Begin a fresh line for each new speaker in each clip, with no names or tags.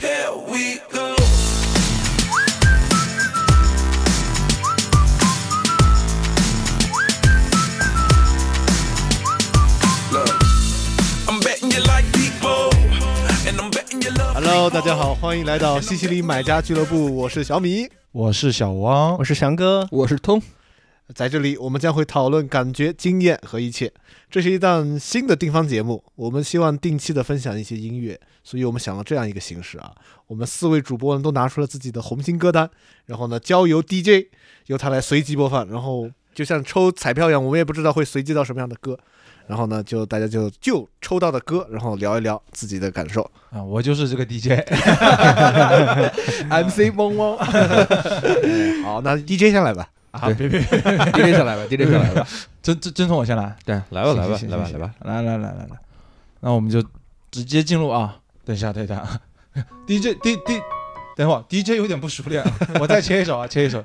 Here we go. Look, I'm betting you like people, and I'm betting you love.
Hello，大家
people.
好，欢迎来到西西里买家俱乐部，我是小米。
我是小王，
我是翔哥，
我是通，
在这里，我们将会讨论感觉、经验和一切。这是一档新的定方节目，我们希望定期的分享一些音乐，所以我们想了这样一个形式啊。我们四位主播呢都拿出了自己的红心歌单，然后呢交由 DJ 由他来随机播放，然后就像抽彩票一样，我们也不知道会随机到什么样的歌。然后呢，就大家就就抽到的歌，然后聊一聊自己的感受。
啊，我就是这个 DJ，
MC 汪汪，
嗯好，那 DJ 先来吧。
啊，别别，别
DJ 上来吧，DJ 上来吧，
真真真从我先来，
对，来吧，
行
来吧，
行
来吧，
行
来吧，
来来来来来，那我们就直接进入啊，等一下，等一下 啊，DJ D D，等会儿 DJ 有点不熟练 啊，我再切一首啊，切一首，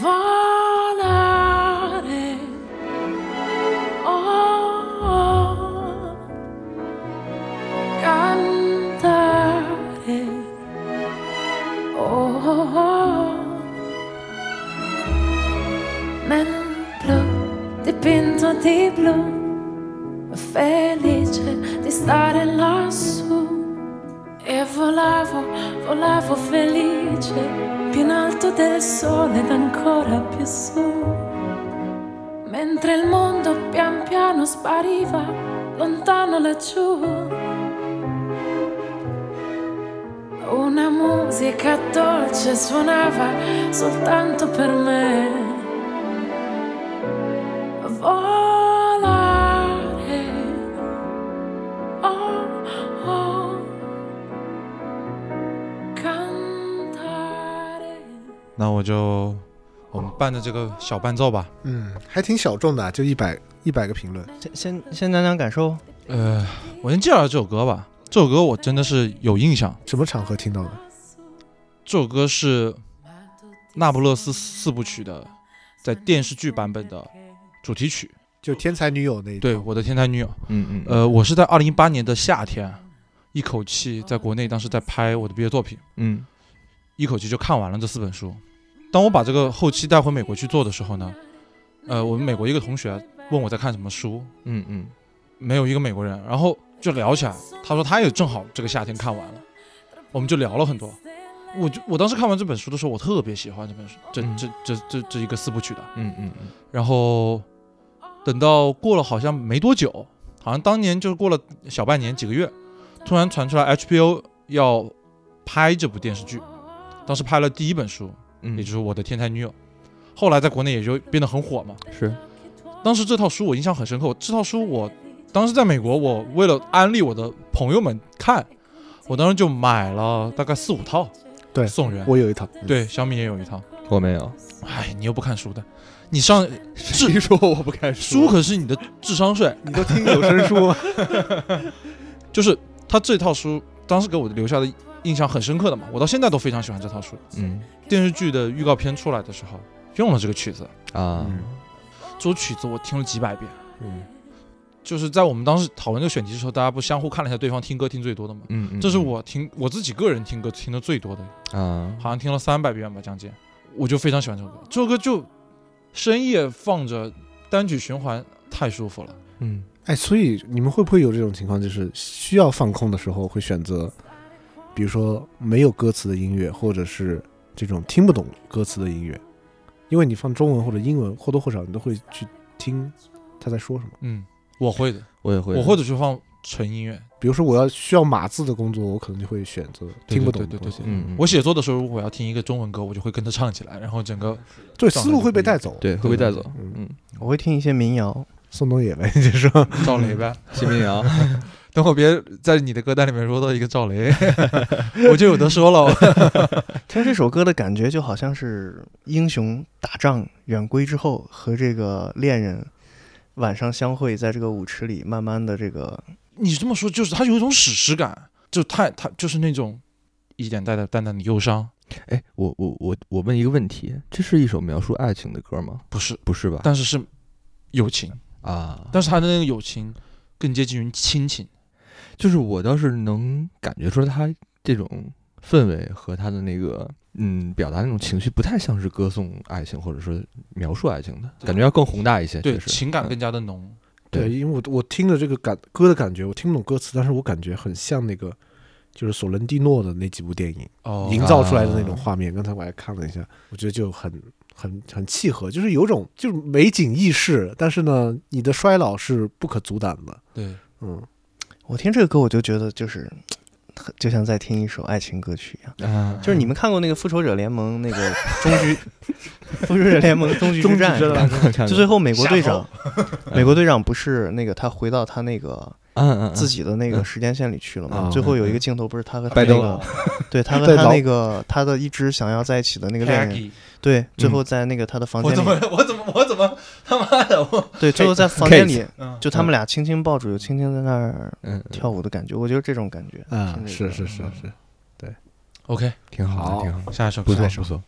volare. Oh, oh. cantare. Oh, oh, oh. Nel blu dipinto di blu, felice di stare lassù. E volavo, volavo felice, più in alto del sole ed ancora più su. Mentre il mondo pian piano spariva, lontano laggiù. Una musica dolce suonava soltanto per me. Volare. Oh, oh cantare.
那我就我们伴着这个小伴奏吧，
嗯，还挺小众的啊，就一百一百个评论。
先先先讲讲感受。
呃，我先介绍这首歌吧，这首歌我真的是有印象，
什么场合听到的？
这首歌是那不勒斯四部曲的，在电视剧版本的主题曲，
就天才女友那一
对，我的天才女友。
嗯嗯
呃，我是在二零一八年的夏天，一口气在国内当时在拍我的毕业作品，
嗯，
一口气就看完了这四本书。当我把这个后期带回美国去做的时候呢，呃，我们美国一个同学问我在看什么书，
嗯嗯，
没有一个美国人，然后就聊起来。他说他也正好这个夏天看完了，我们就聊了很多。我就我当时看完这本书的时候，我特别喜欢这本书，这
嗯
这这这这一个四部曲的。
嗯嗯嗯，
然后等到过了好像没多久，好像当年就是过了小半年几个月，突然传出来 HBO 要拍这部电视剧，当时拍了第一本书，
嗯
也就是我的天才女友，后来在国内也就变得很火嘛。
是，
当时这套书我印象很深刻，我这套书我当时在美国，我为了安利我的朋友们看，我当时就买了大概四五套，
对
送人。
我有一套。嗯，
对，小米也有一套。
我没有，
哎，你又不看书的，你上
谁说我不看
书可是你的智商税。
你都听有声书吗？
就是他这套书当时给我留下的印象很深刻的嘛，我到现在都非常喜欢这套书。
嗯
电视剧的预告片出来的时候用了这个曲子，
啊，
嗯
这首曲子我听了几百遍。
嗯，
就是在我们当时讨论这个选题的时候，大家不相互看了一下对方听歌听最多的嘛？
嗯嗯，
这是我听我自己个人听歌听的最多的，
啊，
好像听了三百遍吧，将近。我就非常喜欢这首歌，这首歌就深夜放着单曲循环，太舒服了。
嗯，
哎，所以你们会不会有这种情况，就是需要放空的时候会选择，比如说没有歌词的音乐，或者是这种听不懂歌词的音乐，因为你放中文或者英文，或多或少你都会去听他在说什么。
嗯，我会的，
我也会
我会的去放纯音乐。
比如说我要需要码字的工作，我可能就会选择听不懂的
对对对
东西，
嗯，嗯
我写作的时候，如果我要听一个中文歌，我就会跟着唱起来，然后整个
对思路会被带走。
对会被带走，
嗯，
嗯，
我会听一些民谣，
宋冬野呗，你就说
赵雷呗。
新民 谣，
等会儿别在你的歌单里面说到一个赵雷，我就有的说了。
听这首歌的感觉就好像是英雄打仗远归之后，和这个恋人晚上相会，在这个舞池里，慢慢的这个
你这么说，就是他有一种史诗感，就太他就是那种一点带带淡淡的忧伤，
哎，我我我我问一个问题，这是一首描述爱情的歌吗？
不是，
不是吧？
但是是友情，
啊，
但是他的那个友情更接近于亲情。
就是我倒是能感觉出来，他这种氛围和他的那个嗯表达那种情绪，不太像是歌颂爱情或者说描述爱情的
对
感觉，要更宏大一些。
对，
确实
情感
嗯
更加的浓。
对
对，因为我我听了这个感歌的感觉，我听不懂歌词，但是我感觉很像那个就是索伦蒂诺的那几部电影
哦啊
营造出来的那种画面。刚才我还看了一下，我觉得就很很很契合，就是有种就是美景易逝，但是呢，你的衰老是不可阻挡的。
对，
嗯，
我听这个歌，我就觉得就是，就像在听一首爱情歌曲一样。
啊，
就是你们看过那个《复仇者联盟》那个终局，《复仇者联盟》终局之战是吧，
看看
就最后美国队长，美国队长不是那个他回到他那个
嗯嗯
自
己
己的那个时间线里去了
啊
嘛？最后有一个镜头不是他和他
拜
那
登
个， 对他和
对
他
老
那个他的一直想要在一起的那个恋人，对，
嗯
最后在那个他的房
我
间
怎
里，
么我怎么我怎么他妈的我
对，最后在房间里
Kate，
嗯
就他们俩轻轻抱住，又轻轻在那儿
嗯嗯
跳舞的感觉，我觉得这种感觉
啊，
听这
是
个
是是是，
OK，
挺好
好
的，挺好的，
下一首
不
歌
错不错。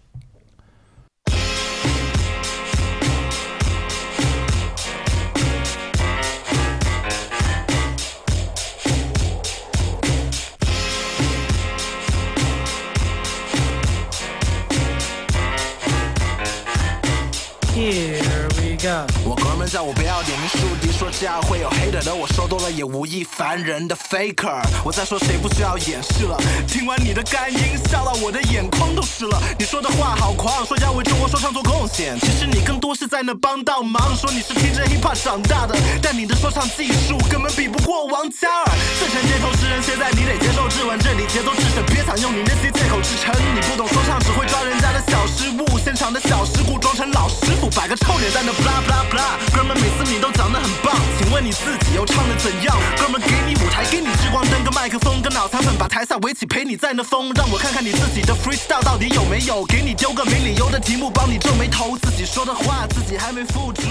我哥们在我不要脸的书敌说这样会有 hater 的，我说多了也无一凡人的 faker。我在说谁不需要掩饰了，听完你的干音，笑到我的眼眶都湿了。你说的话好狂，说要为中国说唱做贡献，其实你更多是在那帮倒忙。说你是听着 hiphop 长大的，但你的说唱技术根本比不过王嘉尔。最成街头诗人现在你得接受质问，这里节奏制胜，别想用你那些借口支撑。你不懂说唱，只会抓人家的小失误，现场的小事故装成老师傅，摆个臭脸在那 blah blah blah。哥们，每次你都讲得很棒，请问你自己又唱得怎样？哥们，给你舞台，给你聚光灯跟麦克风，跟脑残粉把台下围起，陪你在那疯，让我看看你自己的 freestyle 到底有没有。给你丢个没理由的题目，帮你皱眉头，自己说的话自己还没付出，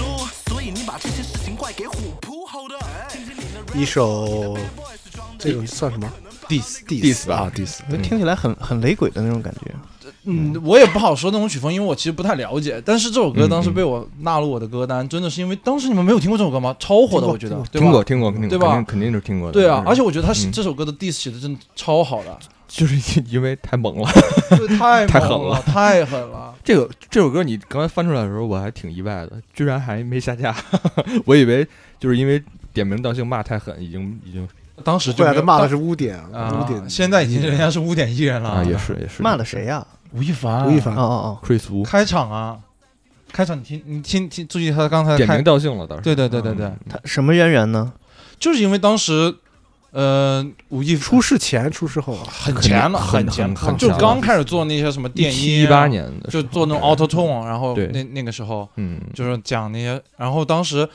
所以你把这些事情怪给虎扑。Hold up，听听你的 rap
一首这个算什么？diss diss
吧
啊 diss，
嗯
我觉得听起来很很雷鬼的那种感觉。
嗯，我也不好说那种曲风，因为我其实不太了解。但是这首歌
嗯
当时被我纳入我的歌单，真的是因为当时你们没有听过这首歌吗？超火的，我觉得，对
听过
吧？
听过听过，
对吧
肯定肯定是听过的。
对啊，
嗯
而且我觉得他
嗯
这首歌的 diss 写的真的超好的，
就是因为太猛了。
对， 太
太
猛
狠了
了，太狠了。
这个这首歌你刚才翻出来的时候，我还挺意外的，居然还没下架。 我以为就是因为点名道姓骂太狠，已经已经
当时
后
就
来
没
他
有
骂的
当
是污点，
啊
污点，
现在已经人家是污点艺人了
啊，也是也是啊
骂的谁呀？
吴亦凡，
吴亦
哦
凡
哦哦，
？Chris Wu
开场啊，开场你听你听听，注意他刚才
点
开
名，道姓了，嗯当时
对对对对对，
他什么渊源呢？
就是因为当时，呃，吴亦
出事前出事后啊，
很前了，
很
前
很很
就
前了
刚开始做那些什么电音
一
啊，
八年的时
就
候，
做那种 auto tune，然后
对
那那个时候
嗯
就是讲那些，然后当时，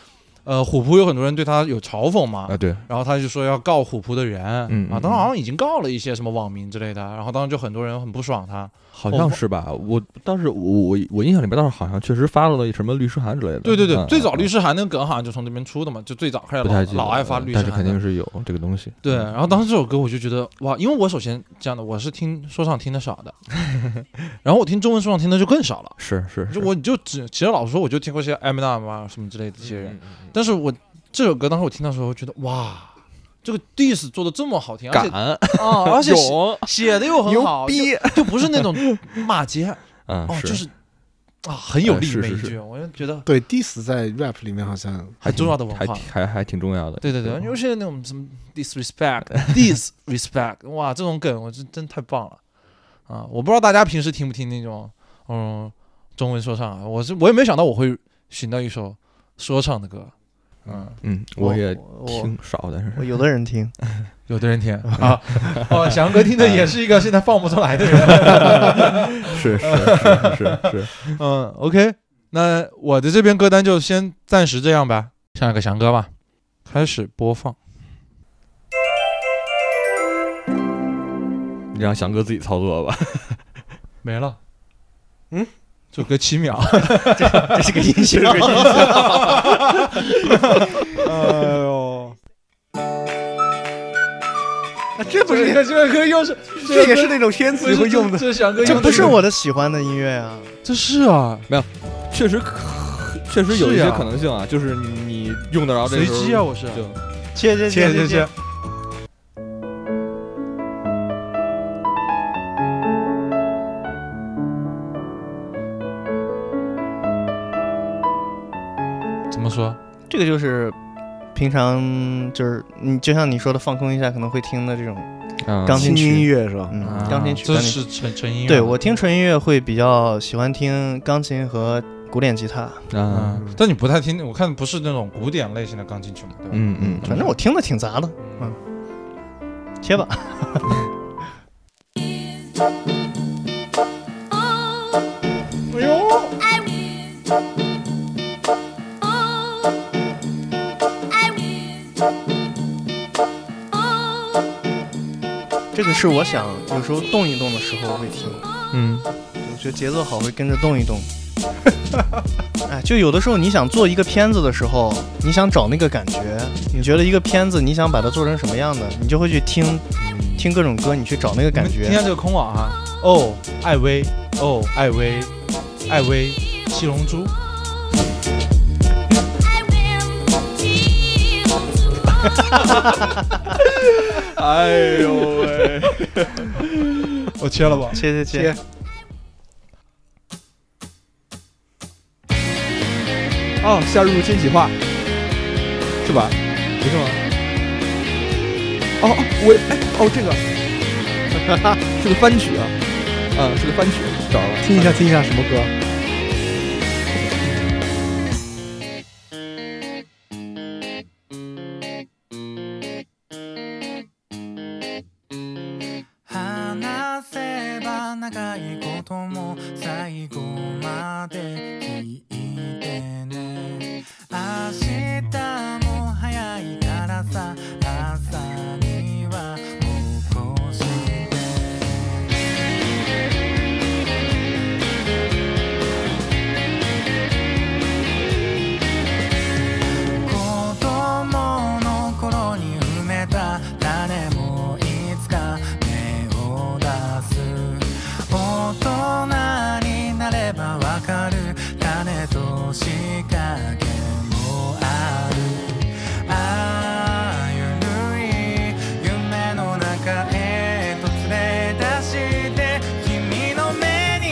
呃，虎扑有很多人对他有嘲讽嘛，
啊对，
然后他就说要告虎扑的人，
嗯
啊，当时好像已经告了一些什么网民之类的，然后当时就很多人很不爽他，
好像是吧？我当时我我我印象里面倒是好像确实发了什么律师函之类的。
对对对，
嗯
最早
嗯
律师函那个梗好像就从这边出的嘛，就最早开始
不太记得
老老爱发律师
但
函
是
的，
肯定是有这个东西。
对，
嗯
然后当时这首歌我就觉得哇，因为我首先这样的，我是听说唱听的 少的，然后我听中文说唱听的就更少了，
是是，
就是我就只其实老实说，我就听过一些 Eminem 啊什么之类的这些
嗯
人，
嗯嗯
但是我这首歌当时我听到的时候，我觉得哇，这个 diss 做的这么好听，而
敢
且啊， 而且写
勇
写的又很好，
牛逼，
就就不是那种骂 街，
啊
哦，
是
就是啊很有
哎
力
是
每
是
一
是
句，我就觉得
对 diss 在 rap 里面好像
很重要的文
还
化
挺。还还挺重要的。
对对对，尤其是那 种什么 disrespect、disrespect，哇，这种梗我真真太棒了。啊，我不知道大家平时听不听那种嗯中文说唱啊，我是我也没想到我会寻到一首说唱的歌，嗯，
嗯，
我
我也
我
挺少，但
我
是
有的人听，
有的人听 啊，哦，翔哥 听的也是一个现在放不出来的人，
是是是是是，
嗯，OK，那我的这边歌单就先暂时这样吧，下一个翔哥吧，开始播放。
你让翔哥自己操作吧。
没了。嗯，就隔七秒。
这是个音效。
哎呦，
这不是，
这个又是
这也是那种天词会用的。
这翔哥
这不是，我的喜欢的音乐啊！
这是啊，
确实可，确实有一
是
些
呀
可能性啊，就是你用得着这
随
时候
机啊，我是。
就
切切切切切，，
怎么说？
这个就是平常就是你就像你说的放空一下可能会听的这种
嗯
钢
轻
琴
音
曲，
乐是吧？
嗯
啊，
钢琴曲。
这
钢琴曲
是纯纯音乐。
对我听纯音乐会比较喜欢听钢琴和古典吉他，
啊，
嗯，但你不太听，我看不是那种古典类型的钢琴曲嘛，对吧？
嗯嗯，
反正我听的挺杂的。嗯，切吧，这个是我想有时候动一动的时候会听，
嗯
我觉得节奏好会跟着动一动。 哎，就有的时候你想做一个片子的时候，你想找那个感觉，你觉得一个片子你想把它做成什么样的，你就会去听，听各种歌，你去找那个
你
感
们听一下
觉。
这个空网啊，哦，艾薇，哦，艾薇，艾薇，七龙珠，
哎呦喂，
我切了吧。
哦切切切，
哦，夏日入侵企划是吧？不是吗？哦哦，我哎哦这个， 是个番曲啊，嗯，是个番曲，找着了，嗯
听一下，听一下什么歌？
話せば長いことも最後まで聞いてね明日も早いからさ朝には起こして子供の頃に埋めた誰もいつか芽を出す大人になればわかる種と仕掛けもあるああゆるい夢の中へと連れ出して君の目に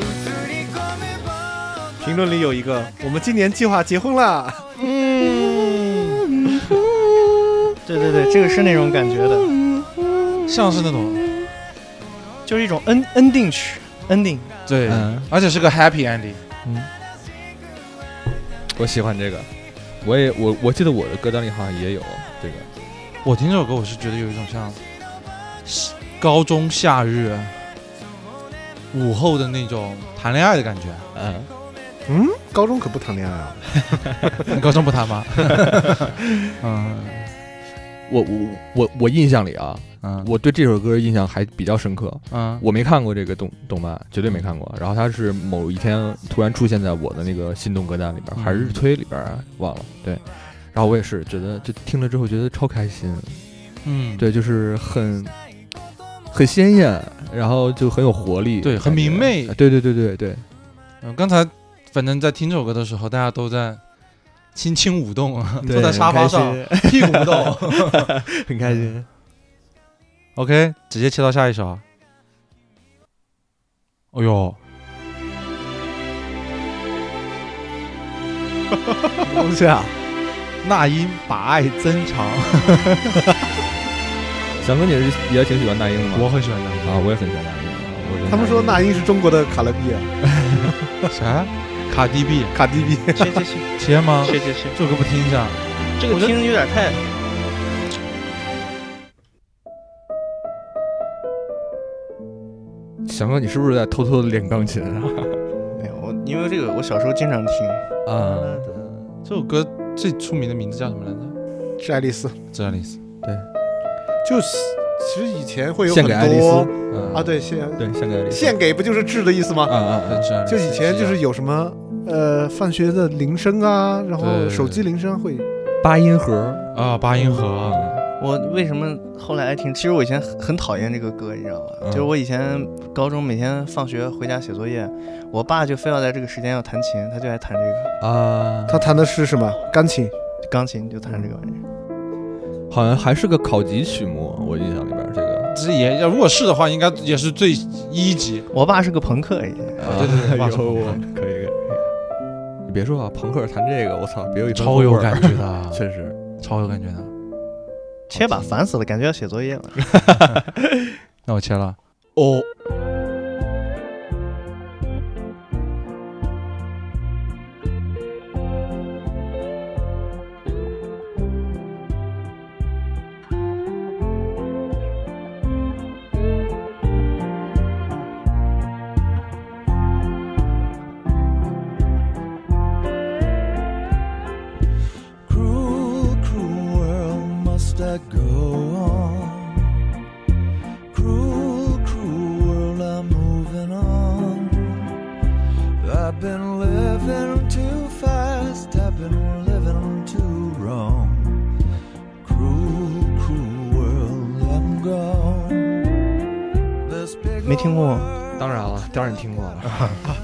映り込む僕は
评论里有一个，我们今年计划结婚啦。
对对对，这个是那种感觉的，
像是那种，
就是一种 end ending 曲，ending。
对，
嗯
而且是个 happy ending。
我喜欢这个，我也我我记得我的歌单里好像也有这个，
我听这首歌，我是觉得有一种像高中夏日午后的那种谈恋爱的感觉。
嗯，
嗯，高中可不谈恋爱啊。
你高中不谈 吗？嗯
我我我我印象里啊，
嗯
我对这首歌印象还比较深刻，
嗯，
我没看过这个动动漫，绝对没看过。然后它是某一天突然出现在我的那个心动歌单里边，
嗯
还是日推里边啊，忘了。对，然后我也是觉得，就听了之后觉得超开心，
嗯
对，就是很很鲜艳，然后就很有活力，
对
感觉
很明媚
啊对对对对对，
嗯刚才反正在听这首歌的时候，大家都在轻轻舞动，啊
对
坐在沙发上 屁股舞动。
很开心。
OK，直接切到下一首啊。哎呦，
东西啊，
那英把爱增长。
翔哥，你是也挺喜欢那英的吗？
我很喜欢那
啊，我也很喜欢那英啊。我觉得
他们说那英是中国的卡乐比啊，
英啥？卡 DB
卡迪比，
切切切
切吗？
切切切，
这首歌不听一下？
这个听有点太
翔哥，你是不是在偷偷的练钢琴啊？
没有我，因为这个我小时候经常听。
啊，
这首歌最出名的名字叫什么来着？
是爱丽丝，
这爱丽丝。
就是其实以前会有
献
很
给爱丽
多
丝嗯
啊，，对献
对，献给爱丽丝。
献给不就是致的意思吗？
啊啊
对
啊！，
这爱丽丝
就以前就是有什么呃放学的铃声啊，
对对
然后
对
手机铃声会
八音盒
啊，八音盒，
我为什么后来爱听？其实我以前很很讨厌这个歌，你知道吧？
嗯
就是我以前高中每天放学回家写作业，我爸就非要在这个时间要弹琴，他就爱弹这个
啊，
他弹的是什么钢琴？
钢琴，就弹这个玩意儿。
好像还是个考级曲目，我印象里边这个。
这也如果是的话，应该也是最一级。
我爸是个朋克，已经
啊
对对 对忘了
有我可以可以。你别说啊，朋克弹这个，我操，别有一番
超有
风味儿
感觉的，
确实。
超有感觉的。
切
哦
吧，烦死了，感觉要写作业了。
那我切了。
哦，
Cruel, cruel world, must I go on? Cruel, cruel world, I'm moving on. I've been living too fast, I've been living too wrong. Cruel, cruel world, I'm gone. This big
没听过
当然了，当然听过了。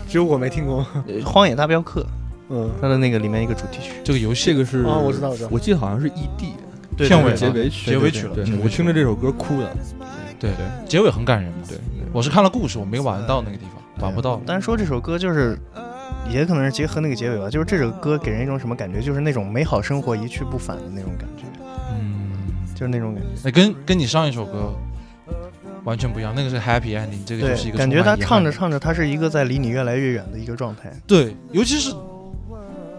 只有我没听过，
《呃荒野大镖客》，
嗯
他的那个里面一个主题曲，
这个游
这
戏
个是
啊，我知道，我知道，
我记得好像是 ED
对
片
对
尾
对
结
吧
尾曲，
结尾曲了嗯
对，
结尾
我
曲
听着这首歌哭的。
对结尾很感人的。
对，
我是看了故事，我没玩到那个地方，玩不到。
但是说这首歌就是，也可能是结合那个结尾吧，就是这首歌给人一种什么感觉？就是那种美好生活一去不返的那种感觉，
嗯，
就是那种感觉。
那跟跟你上一首歌完全不一样，那个是 happy ending，这个就是一
对，
个
感觉
充满
他
遗憾
唱着
的
唱着，他是一个在离你越来越远的一个状态。
对，尤其是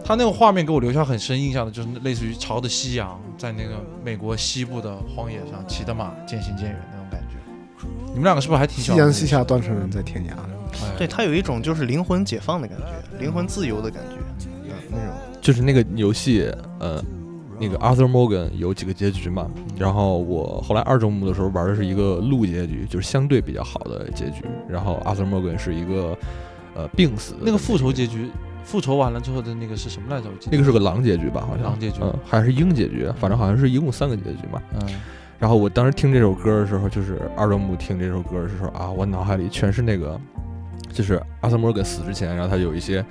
他那个画面给我留下很深印象的，就是类似于朝着夕阳，在那个美国西部的荒野上骑着马渐行渐远那种感觉。你们两个是不是还挺喜
夕
欢这
阳
个？
西下，断肠人在天涯。
哎
对他有一种就是灵魂解放的感觉，灵魂自由的感觉，嗯，那种。
就是那个游戏，呃，那个 Arthur Morgan 有几个结局嘛。然后我后来二周目的时候玩的是一个路结局，就是相对比较好的结局。然后 Arthur Morgan 是一个呃病死的
那个复仇结局，复仇完了之后的那个是什么来着？我记得
那个是个狼结局吧，好像
狼结局
嗯，还是鹰结局，反正好像是一共三个结局嘛。
嗯，
然后我当时听这首歌的时候，就是二周目听这首歌的时候啊，我脑海里全是那个，就是阿瑟摩根死之前，然后他有一些，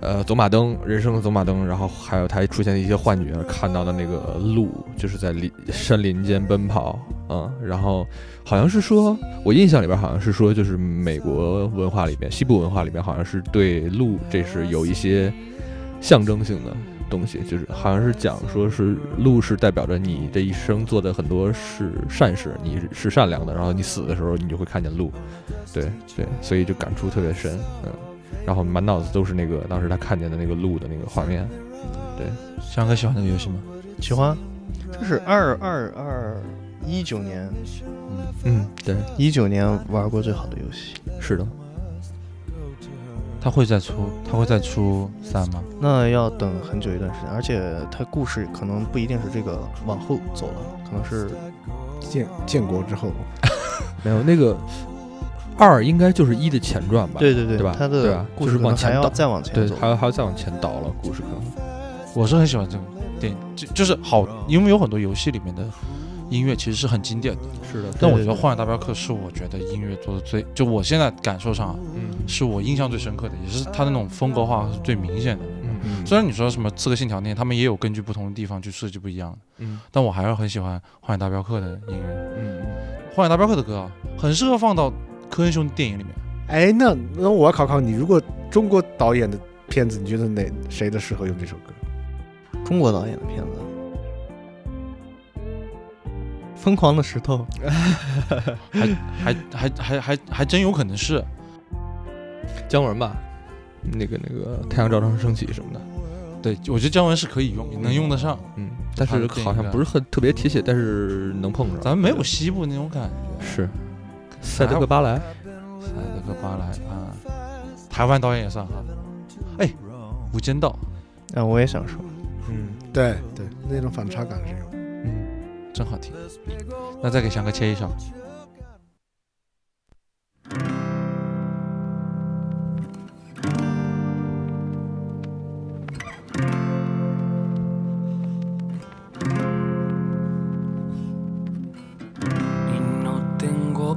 呃，走马灯，人生的走马灯，然后还有他出现一些幻觉，看到的那个鹿就是在林山林间奔跑，嗯，然后好像是说，我印象里边好像是说，就是美国文化里面，西部文化里面好像是对鹿这是有一些象征性的，东西，就是好像是讲说是路是代表着你这一生做的很多是善事，你是善良的，然后你死的时候你就会看见路，对对，所以就感触特别深，嗯，然后满脑子都是那个当时他看见的那个路的那个画面，
翔哥喜欢那个游戏吗？
喜欢，这是二二二一九年，
嗯，对，
一九年玩过最好的游戏。
是的，
他会再出，他会再出三吗？
那要等很久一段时间，而且它故事可能不一定是这个往后走了，可能是
建建国之后，
没有那个二应该就是一的前传吧，
对对对
对吧
它
对
的
吧
故事
就是
可能
往
还
前
要
倒
再往前
对
走，。
还要还要再往前倒了故事可能。
我是很喜欢这个电影，就就是好，因为有很多游戏里面的音乐其实是很经典的。
是的，
但我
对
觉得《荒野大镖客》是我觉得音乐做的最，就我现在感受上啊
嗯
是我印象最深刻的，也是它那种风格化是最明显的。
嗯嗯，
虽然你说什么《刺客信条》那些，他们也有根据不同的地方去设计不一样的，
嗯
但我还是很喜欢《荒野大镖客》的音乐。
嗯
《荒野大镖客》的歌啊，很适合放到科恩兄弟电影里面。
嗯
哎，那那我要考考你，如果中国导演的片子，你觉得哪谁的适合用这首歌？
中国导演的片子，疯狂的石头，
还还还还还真有可能是，
姜文吧，那个那个太阳照常升起什么的，
对，我觉得姜文是可以用，能用得上。
嗯，但
他的
是
电影
好像
感
不是很特别贴切，但是能碰上。
咱们没有西部那种感觉。
是塞德克巴莱，
塞德克巴莱啊，台湾导演也算哈。哎，《无间道
啊，我也想说，
嗯，对对，那种反差感是有。
嗯，》
真好听。那再给翔哥切一首，
Y no tengo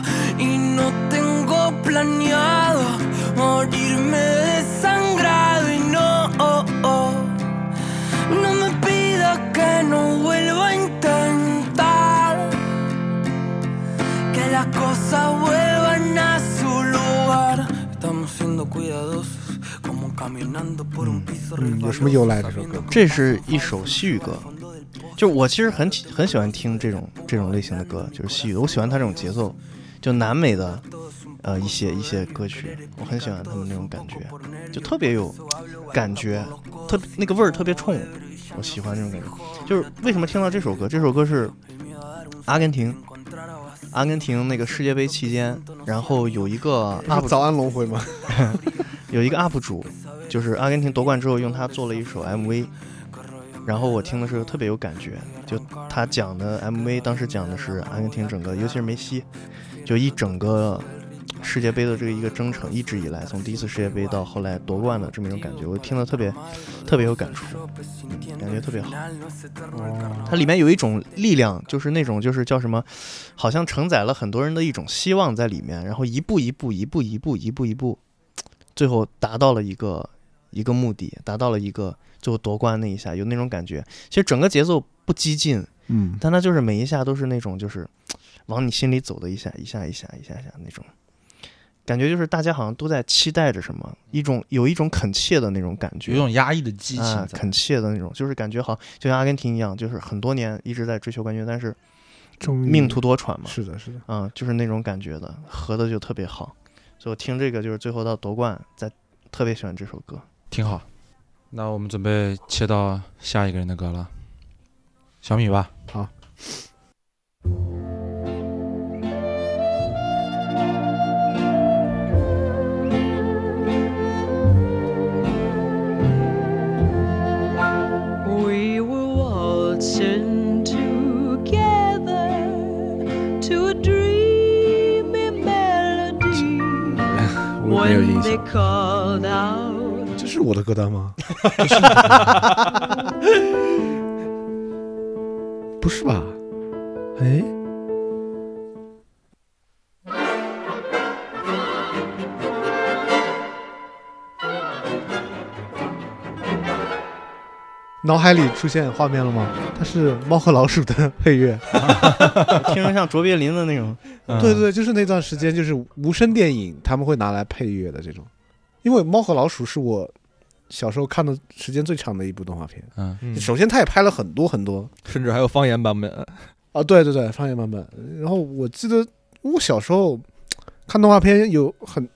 Y no tengo planeado morirme desangrado y no, oh, oh. no me pidas que no vuelva a intentar que las cosas vuelvan a su lugar. Estamos siendo cuidadosos como caminando por un piso
嗯有什
resbaloso,
么由来这首歌
sabiendo que
这是一首西语歌，就我其实很喜很喜欢听这种这种类型的歌，就是西语的，我喜欢它这种节奏，就南美的，呃，一些一些歌曲，我很喜欢他们那种感觉，就特别有感觉，特别那个味儿特别冲，我喜欢这种感觉。就是为什么听到这首歌？这首歌是阿根廷，阿根廷那个世界杯期间，然后有一个
那
UP
不
主
早安龙回吗？
有一个 UP 主，就是阿根廷夺冠之后用它做了一首 MV，然后我听的时候特别有感觉，就他讲的 MV 当时讲的是阿根廷整个，尤其是梅西，就一整个世界杯的这个一个征程，一直以来从第一次世界杯到后来夺冠的这么一种感觉，我听的特别特别有感触，嗯，感觉特别好。它里面有一种力量，就是那种就是叫什么，好像承载了很多人的一种希望在里面，然后一步一步一步一步一步一步，最后达到了一个一个目的，达到了一个最后夺冠那一下，有那种感觉。其实整个节奏不激进，
嗯，
但它就是每一下都是那种就是往你心里走的一下一下一下一下一下那种感觉，就是大家好像都在期待着什么，一种有一种恳切的那种感
有一
觉。
种压抑的激情
啊，
在。
恳切的那种，就是感觉好像就像阿根廷一样，就是很多年一直在追求冠军，但是
终于
命途多舛嘛。
嗯是的，是的，
啊、就是那种感觉的，合的就特别好。所以我听这个就是最后到夺冠，在特别喜欢这首 歌。
挺好。那我们准备切到下一个人的歌了，小米吧。
好。
We were waltzing together to a dreamy melody
我没有
when
印
they
象。
called out
这是我的歌单吗？
不是吧？哎，
脑海里出现画面了吗？它是《猫和老鼠》的配 乐。
听着像卓别林的那 种。嗯
嗯
对对，就是那段时间，就是无声电影他们会拿来配乐的这种。因为《猫和老鼠》是我小时候看的时间最长的一部动画片。
嗯，
嗯
首先，它也拍了很多很多
甚至还有方言版本。
啊，对对对，方言版本。然后我记得我小时候看动画片有很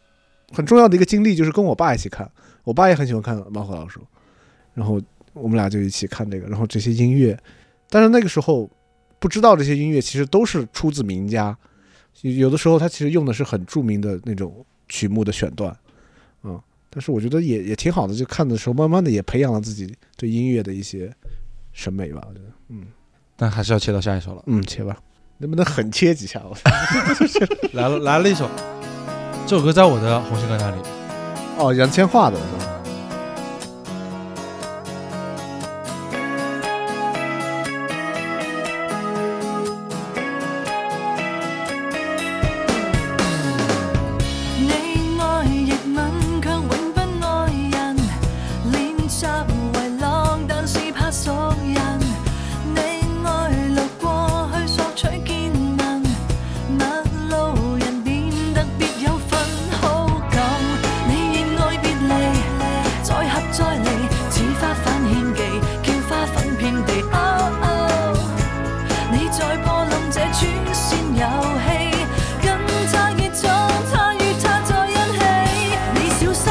很重要的一个经历，就是跟我爸一起看，我爸也很喜欢看《猫和老鼠》，然后我们俩就一起看这个，然后这些音乐，但是那个时候不知道这些音乐其实都是出自名家，有有的时候他其实用的是很著名的那种曲目的选段，嗯，但是我觉得也也挺好的，就看的时候慢慢的也培养了自己对音乐的一些审美吧，我觉得，嗯。
但还是要切到下一首了。
嗯，切吧，能不能狠切几下？哦我
来了，来了一首，这首歌在我的红心歌单里。
哦，杨千嬅的是吧？
When
Oh, 在播弄這穿線遊戲，跟他熱衷，他與他在一起。你小心，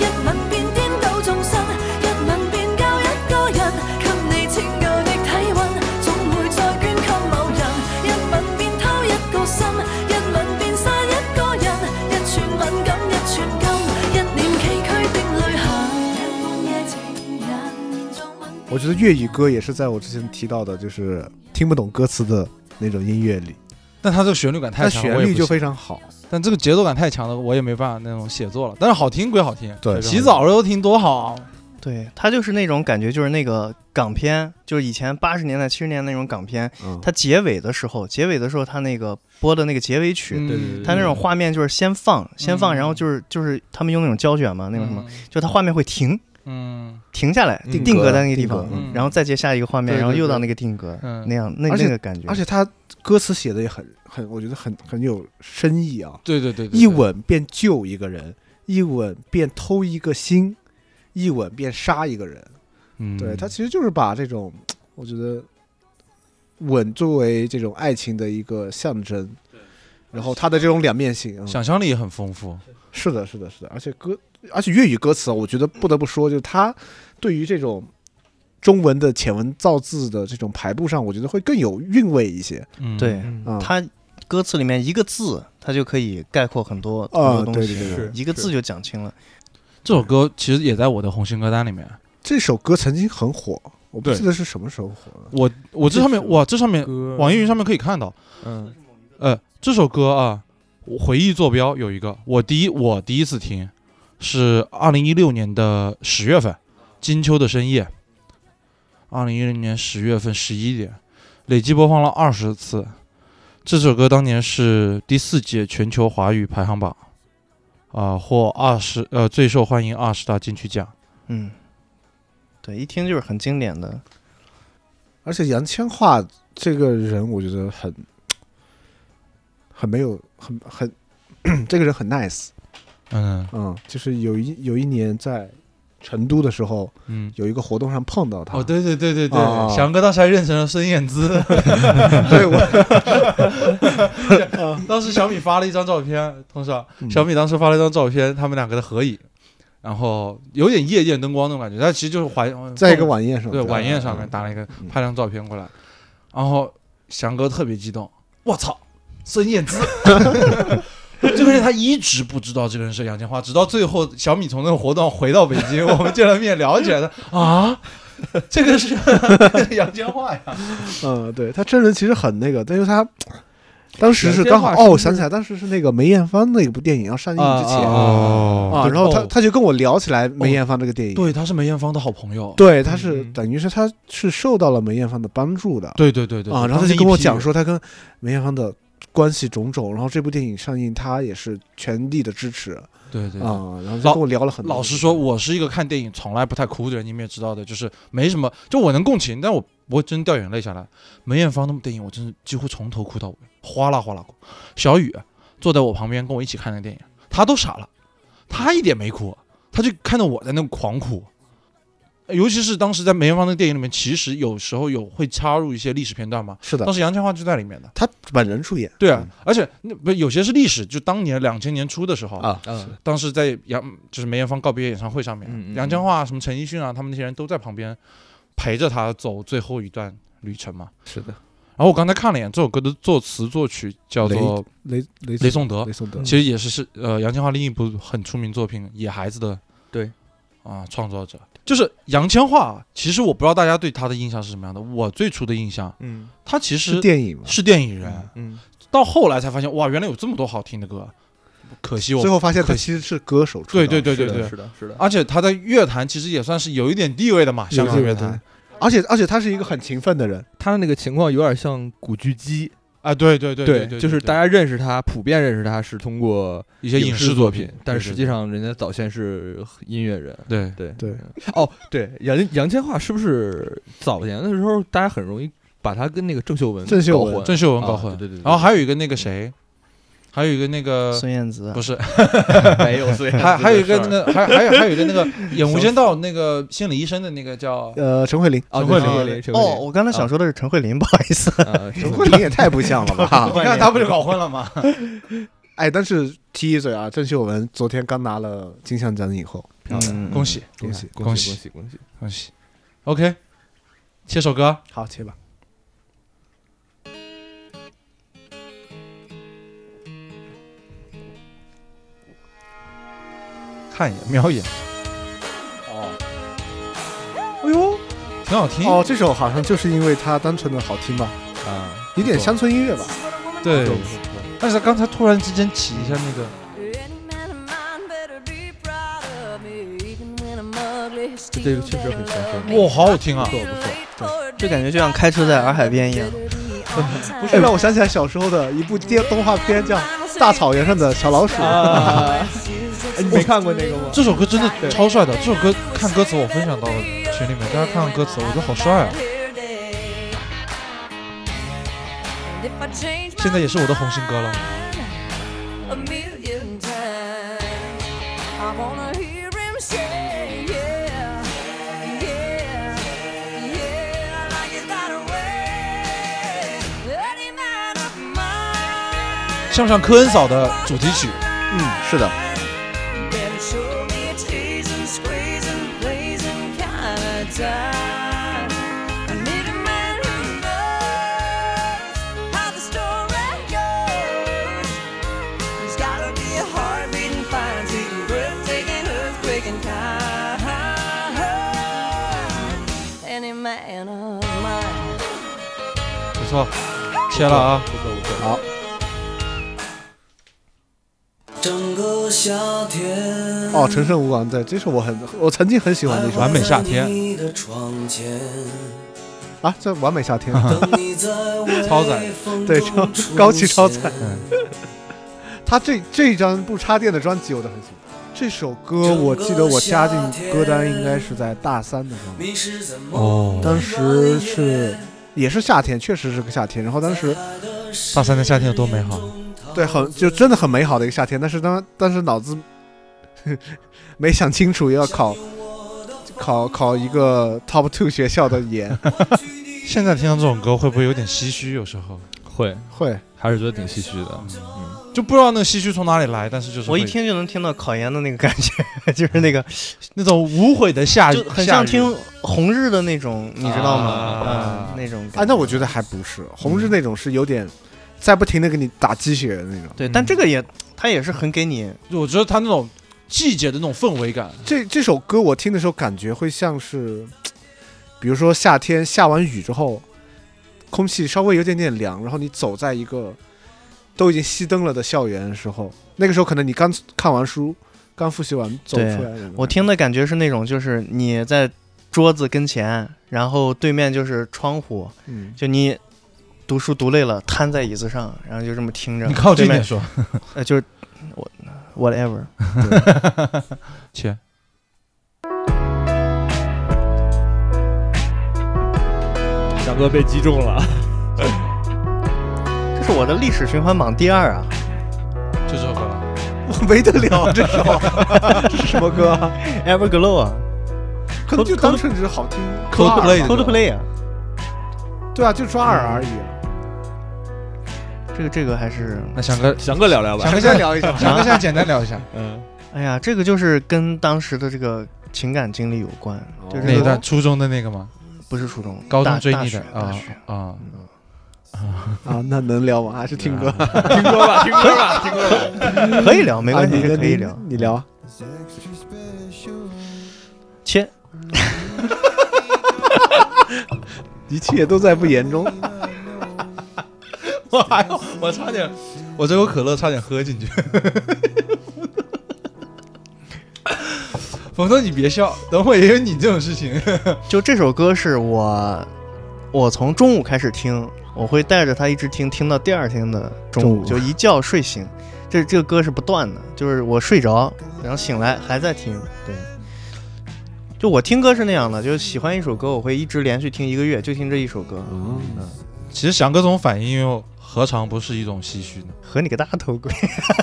一吻便顛倒眾生，一吻便教一個人，給你拯救的體温，總會再捐給某人。一吻便偷一個心，一吻便殺一個人，一串敏感一串金，一臉崎嶇的旅行。
我觉得粤语歌也是在我之前提到的，就是听不懂歌词的那种音乐里，
但它这个旋律感太
它
强，
旋
我也
律
不
就
行
非常好。
但这个节奏感太强了，我也没办法那种写作了。但是好听归好听，
对
洗澡的时候听多好啊！
对他就是那种感觉，就是那个港片，就是以前八十年代、七十年代那种港片，
嗯
它结尾的时候，结尾的时候，它那个播的那个结尾曲，
嗯
对对对
它那种画面就是先放，先放，
嗯
然后就是就是他们用那种胶卷嘛，那种什么，就它画面会停，
嗯，
停下来，定
嗯定格
格在那个地方
定格嗯，
然后再接下一个画面，
对对
然后又
对
到那个定格
嗯，
那样那
而且
那个感觉，
而且他歌词写的也很很，我觉得很很有深意啊。
对对对对，
一吻便救一个人，一吻便偷一个心，一吻便杀一个人。
嗯，
对他其实就是把这种，我觉得吻作为这种爱情的一个象征，然后它的这种两面性，嗯
想象力也很丰富。
是的，是的，是的，而且歌，而且粤语歌词啊，我觉得不得不说，就是它对于这种中文的浅文造字的这种排布上，我觉得会更有韵味一些。
嗯，
对
嗯
啊、
它歌词里面一个字，它就可以概括很多很
啊
多东
对对对
西
是，
一个字就讲清了。
这首歌其实也在我的红心歌单里面。
这首歌曾经很火，我不
对
记得是什么时候火的。
我我这上面哇，这上面
歌
网易云上面可以看到，
嗯，
呃，这首歌啊，我回忆坐标有一个，我第一我第一次听是二零一六年的十月份，金秋的深夜，二零一六年十月份十一点，累计播放了二十次。这首歌当年是第四届全球华语排行榜，啊、获二十呃最受欢迎二十大金曲奖。
嗯，对，一听就是很经典的。
而且杨千嬅这个人，我觉得很很没有，很很 这个人很 nice。
嗯
嗯，就是有一有一年在成都的时候，
嗯，
有一个活动上碰到他。
哦，对对对对对，
哦
翔哥当时还认识了孙燕姿。
对，我
当时小米发了一张照片，同事啊，
嗯
小米当时发了一张照片，他们两个的合影，然后有点夜店灯光那种感觉，但其实就是呃晚
在一个晚宴上，
对晚宴上面
面
打了一个
嗯
拍张照片过来，然后翔哥特别激动，我操，孙燕姿。 这个人他一直不知道这个人是杨千嬅，直到最后小米从那个活动回到北京，我们见了面聊起来的啊，这个是杨千嬅呀，
嗯，对他真人其实很那个，但是他当时是
杨千嬅
刚好
是不是
哦，我想起来，当时是那个梅艳芳那部电影要上映之前
啊哦
啊，然后他
哦
他就跟我聊起来梅艳芳这个电影，
对，他是梅艳芳的好朋友，
对，他是
嗯
等于是他是受到了梅艳芳的帮助的，
对对对对
啊，
对他
然后他
们
就跟
一
我
批
讲
人
说他跟梅艳芳的关系种种，然后这部电影上映，他也是全力的支持啊，
对对对
然后就
老
跟我聊了很多。
老实说，，我是一个看电影从来不太哭的人，你们也知道的，就是没什么，就我能共情，但我不会真掉眼泪下来。梅艳芳那部电影，我真是几乎从头哭到尾，哗啦哗啦哭。小雨坐在我旁边跟我一起看那个电影，他都傻了，他一点没哭，他就看到我在那狂哭。啊尤其是当时在梅艳芳的电影里面，其实有时候有会插入一些历史片段嘛，
是的
当，时杨千嬅就在里面的。
他本人出演
对啊，
嗯
而且那不有些是历史，就当年两千年初的时候
啊，
当时在杨就是梅艳芳告别演唱会上面，
嗯嗯嗯
杨千嬅啊、什么陈奕迅啊，他们那些人都在旁边陪着她走最后一段旅程嘛。
是的，
然后我刚才看了一眼这首歌的作词作曲叫做
雷雷
雷颂德
嗯
雷，颂德
其实也是是呃杨千嬅另一部很出名作品《野孩子》的
对
啊创作者。就是杨千嬅，其实我不知道大家对她的印象是什么样的。我最初的印象，
嗯
她其实
是电影嘛，
是电影人，
嗯，
到后来才发现哇，原来有这么多好听的歌。可惜我
最后发现他
可
其实是歌手出道
对对对对
是的
对，
是的，是的，
而且他在乐坛其实也算是有一点地位的嘛，
有
香港
这
乐
个
坛
对。而且而且他是一个很勤奋的人，
他的那个情况有点像古巨基，
啊，对对对对，
就是大
家
家认识他，普遍认识他是通过
一些影
视
作
品，
对
但
对
是实际上人家早先是音乐人。
对
对
对，
哦，对，杨杨千嬅是不是早年的时候，大家很容易把她跟那个郑秀文
郑秀
搞
文
混
郑秀文搞
啊
混，
哦
对对对对
然后还有一个那个谁，还有一个那个
孙燕姿啊
不是
没有孙燕姿的事
还
儿
还有一个那个还还有还有一个那 个演《无间道》那个心理医生的那个叫
嗯
呃，陈慧琳，
陈慧琳
哦，我刚才想说的是陈慧琳，不好意思。？
陈慧琳也太不像了吧
啊
你看她不就搞混了吗？
哎，但是提一嘴啊，郑秀文昨天刚拿了金像奖影后，
漂亮
嗯
恭喜
恭喜
恭
喜
喜恭喜恭喜！OK，切首歌，
好切吧。
看一眼，瞄一眼，
哦，
哎呦，挺好听
哦，这首好像就是因为它单纯的好听吧？
啊，
有点乡村音乐吧？
对，但是刚才突然之间起一下那个，
这个确实很乡
哎
村。
哇，好好听啊！
不错，
就感觉就像开车在洱海边一样。
不是，哎让我想起来小时候的一部电动画片，叫《大草原上的小老鼠》
啊哎你没看过那个吗？
这首歌真的超帅的，这首歌看歌词我分享到了群里面，大家看看歌词，我觉得好帅啊！现在也是我的红心歌了。
a million times. I wanna hear him say, yeah, yeah, yeah, like it's got away. Any man of mine
像不像科恩嫂的主题曲？
嗯，是的。
better show me a teasing, squeezing, pleasing kind of time. I need a man who knows how the story goes. There's gotta be a heart beating, fire taking, breathtaking, earthquake and time. Any man of mine.
不错，切了啊！
好。
整个夏天，
哦，陈胜吴广对，这首我很，我曾经很喜欢的一首《
完美夏天》
啊，这《完美 夏天》
超载
对，超高级超载。他这这张不插电的专辑我都很喜欢，这首歌我记得我加进歌单应该是在大三的时候。
哦
当时是也是夏天，确实是个夏天。然后当时
大三的夏天有多美好？
对，很就真的很美好的一个夏天。但是当当时脑子 没想清楚要考考考一个 top two 学校的研，
现在听到这种歌会不会有点唏嘘？有时候
会
会，
还是觉得挺唏嘘的。
就不知道那个唏嘘从哪里来，但是就是
我
会
一听就能听到考研的那个感觉， 就是那个
那种无悔的夏
就很像听红日的那种，你知道吗？嗯，那种
啊，那我觉得还不是红日那种是有点在不停的给你打鸡血的那种。
对，但这个也它也是很给你，
我觉得他那种季节的那种氛围感，
这这首歌我听的时候感觉会像是，比如说夏天下完雨之后，空气稍微有点点凉，然后你走在一个都已经熄灯了的校园的时候，那个时候可能你刚看完书，刚复习完走出
对
来的那种，
我听的感觉是那种，就是你在桌子跟前，然后对面就是窗户，
嗯
就你读书读累了，瘫在椅子上，然后就这么听着。
你靠近
对面
点说，
呃，就是我 whatever。
切。
翔哥被击中了，
这是我的历史循环榜第二啊！
就这首歌了。
我没得了这首是什么歌啊？
Everglow 啊
可能就单纯只是好听抓耳
，Coldplay
吧
Coldplay 啊，
对啊，就抓耳而已啊。
这个这个还是
那翔 哥，
翔哥聊聊吧。
翔哥现在聊 一下吧，
翔哥现在简单聊一下，
嗯，
哎呀，这个就是跟当时的这个情感经历有关，就是
哪一段？初中的那个吗？
不是初中，
高
大
中追
大
你
学
的
大
啊
学
啊！
啊，那能聊吗？还是听歌？
啊
听歌吧，听歌吧，听歌吧。
可以聊，没关
啊
系，
你
这可以
你
聊。
你聊啊。
切，
一切都在不言 中。
我还要，我差点，我这口可乐差点喝进去。 冯总，你别笑，等会也有你这种事情。
就这首歌是我，我从中午开始听，我会带着它一直听，听到第二天的中
中
午，
午
就一觉睡醒。这这个歌是不断的，就是我睡着，然后醒来还在听。对，就我听歌是那样的，就是喜
哦
欢一首歌，我会一直连续听一个月，就听这一首歌。
其实翔哥这种反应，因为何尝不是一种唏嘘呢？
和你个大头鬼！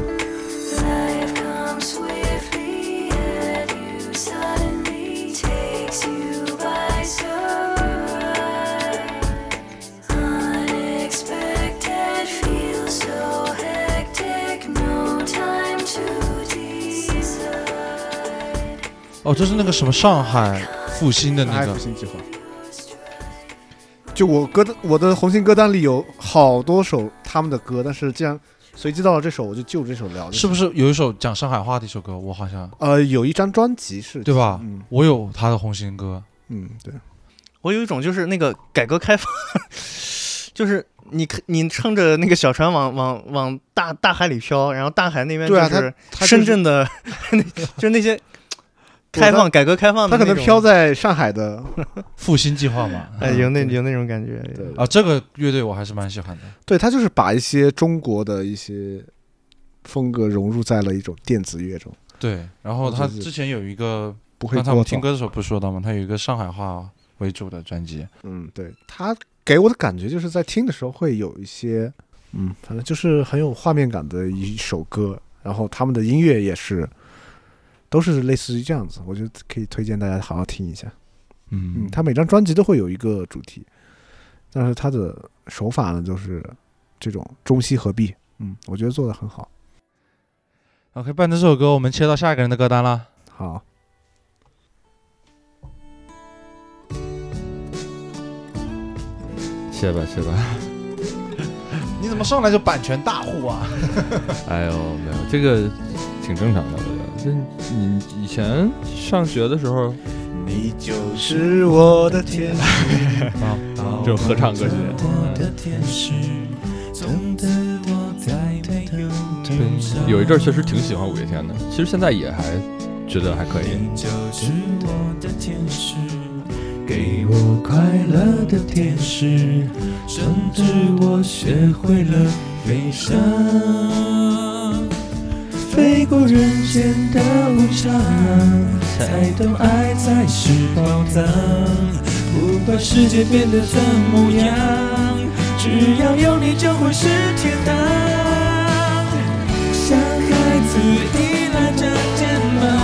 Life comes swiftly at you, suddenly takes you by surprise. Unexpected, feels so hectic, no time to decide.
哦，这是那个什么上海复兴的那个
上海复
兴计划，
就我歌单，我的红心歌单里有好多首他们的歌，但是既然随机到了这首，我就就着这首聊。
是不是有一首讲上海话的一首歌？我好像
呃，有一张专辑是，
对吧？
嗯
我有他的红心歌，
嗯，对。
我有一种就是那个改革开放， 就是你可你乘着那个小船往往往大大海里飘，然后大海那边就
对啊
是
他他就是
深圳的， 就是那些开放改革开放的
他可能
那种
飘在上海的
复兴计划嘛，
哎有那有那种感觉
啊，这个乐队我还是蛮喜欢的。
对他就是把一些中国的一些风格融入在了一种电子乐中。
对，然后
我
他
就是
之前有一个，
不会
刚才我们
做
听
到
歌的时候不是说到吗？他有一个上海话为主的专辑，
嗯，对，他给我的感觉就是在听的时候会有一些，嗯，反正就是很有画面感的一首歌。然后他们的音乐也是，都是类似于这样子，我觉得可以推荐大家好好听一下。
嗯
嗯，他每张专辑都会有一个主题，但是他的手法呢，就是这种中西合璧。嗯，我觉得做的很好。
OK，伴着这首歌，我们切到下一个人的歌单啦。
好，
切吧切吧。
你怎么上来就版权大户啊？
哎呦，没有这个挺正常的，我觉得。这你以前上学的时候，
你就是我的天使 哦
啊，这种合唱歌曲。
我的天使，从此我再没有忧伤
对，有一阵儿确实挺喜欢五月天的，其实现在也还觉得还可以。
就是我的天使，给我快乐的天使，甚至我学会了飞翔，飞过人间的无常，才懂爱才是宝藏。不管世界变得怎么样，只要有你就会是天堂。像孩子依赖着肩膀，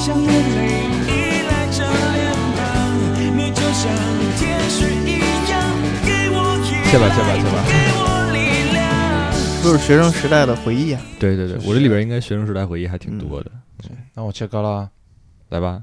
像眼泪依赖着脸庞，你就像天使一样，给我依
切吧切吧切吧。
都是学生时代的回忆啊。
对对对，我这里边应该学生时代回忆还挺多
嗯
的。
那我切歌啦，
来吧。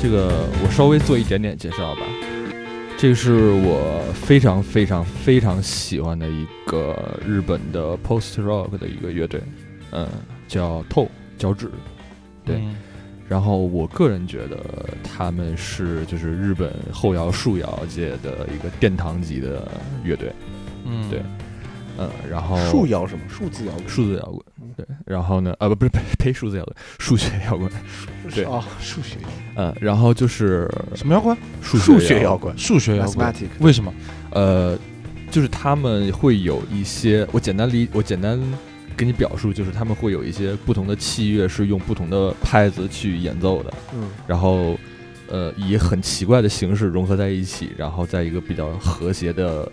这个我稍微做一点点介绍吧。这是我非常非常非常喜欢的一个日本的 post rock 的一个乐队，嗯，叫 Toe 脚趾，对。
嗯
然后我个人觉得他们是就是日本后摇树摇界的一个殿堂级的乐队，
嗯
对，嗯，然后
树摇什么？数字摇滚。
数字摇滚，对。然后呢，啊不不是呸呸，数字摇滚，数学摇滚，对，
哦，数学摇滚。
嗯，然后就是
什么摇滚？
数
数
学
学摇
滚，
滚
数学摇滚
Mathematic
为什么？
呃，就是他们会有一些，我简单理，我简单给你表述，就是他们会有一些不同的器乐是用不同的拍子去演奏的，
嗯
然后呃以很奇怪的形式融合在一起，然后在一个比较和谐的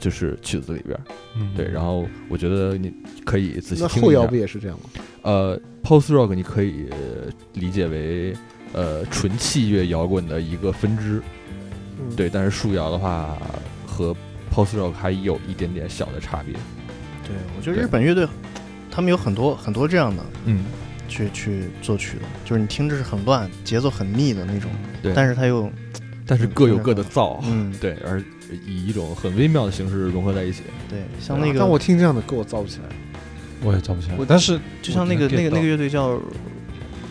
就是曲子里边儿。
嗯
对，然后我觉得你可以仔细
那
听
后
一下
摇不也是这样吗？
呃，post rock 你可以呃理解为呃纯器乐摇滚的一个分支，
嗯
对。但是树摇的话和 post rock 还有一点点小的差别，
对，我觉得
对
日本乐队，他们有很多很多这样的
嗯，
去去作曲的，就是你听着是很乱，节奏很密的那种，
对。
但
是
是它又
但是各有各的燥，
嗯，
对，而以一种很微妙的形式融合在一起。
对，像那
但
个
我听这样的歌，我造不起来。
我也找不起来
我。
但是
就像那个
我能
那
get
个那
到
个乐队叫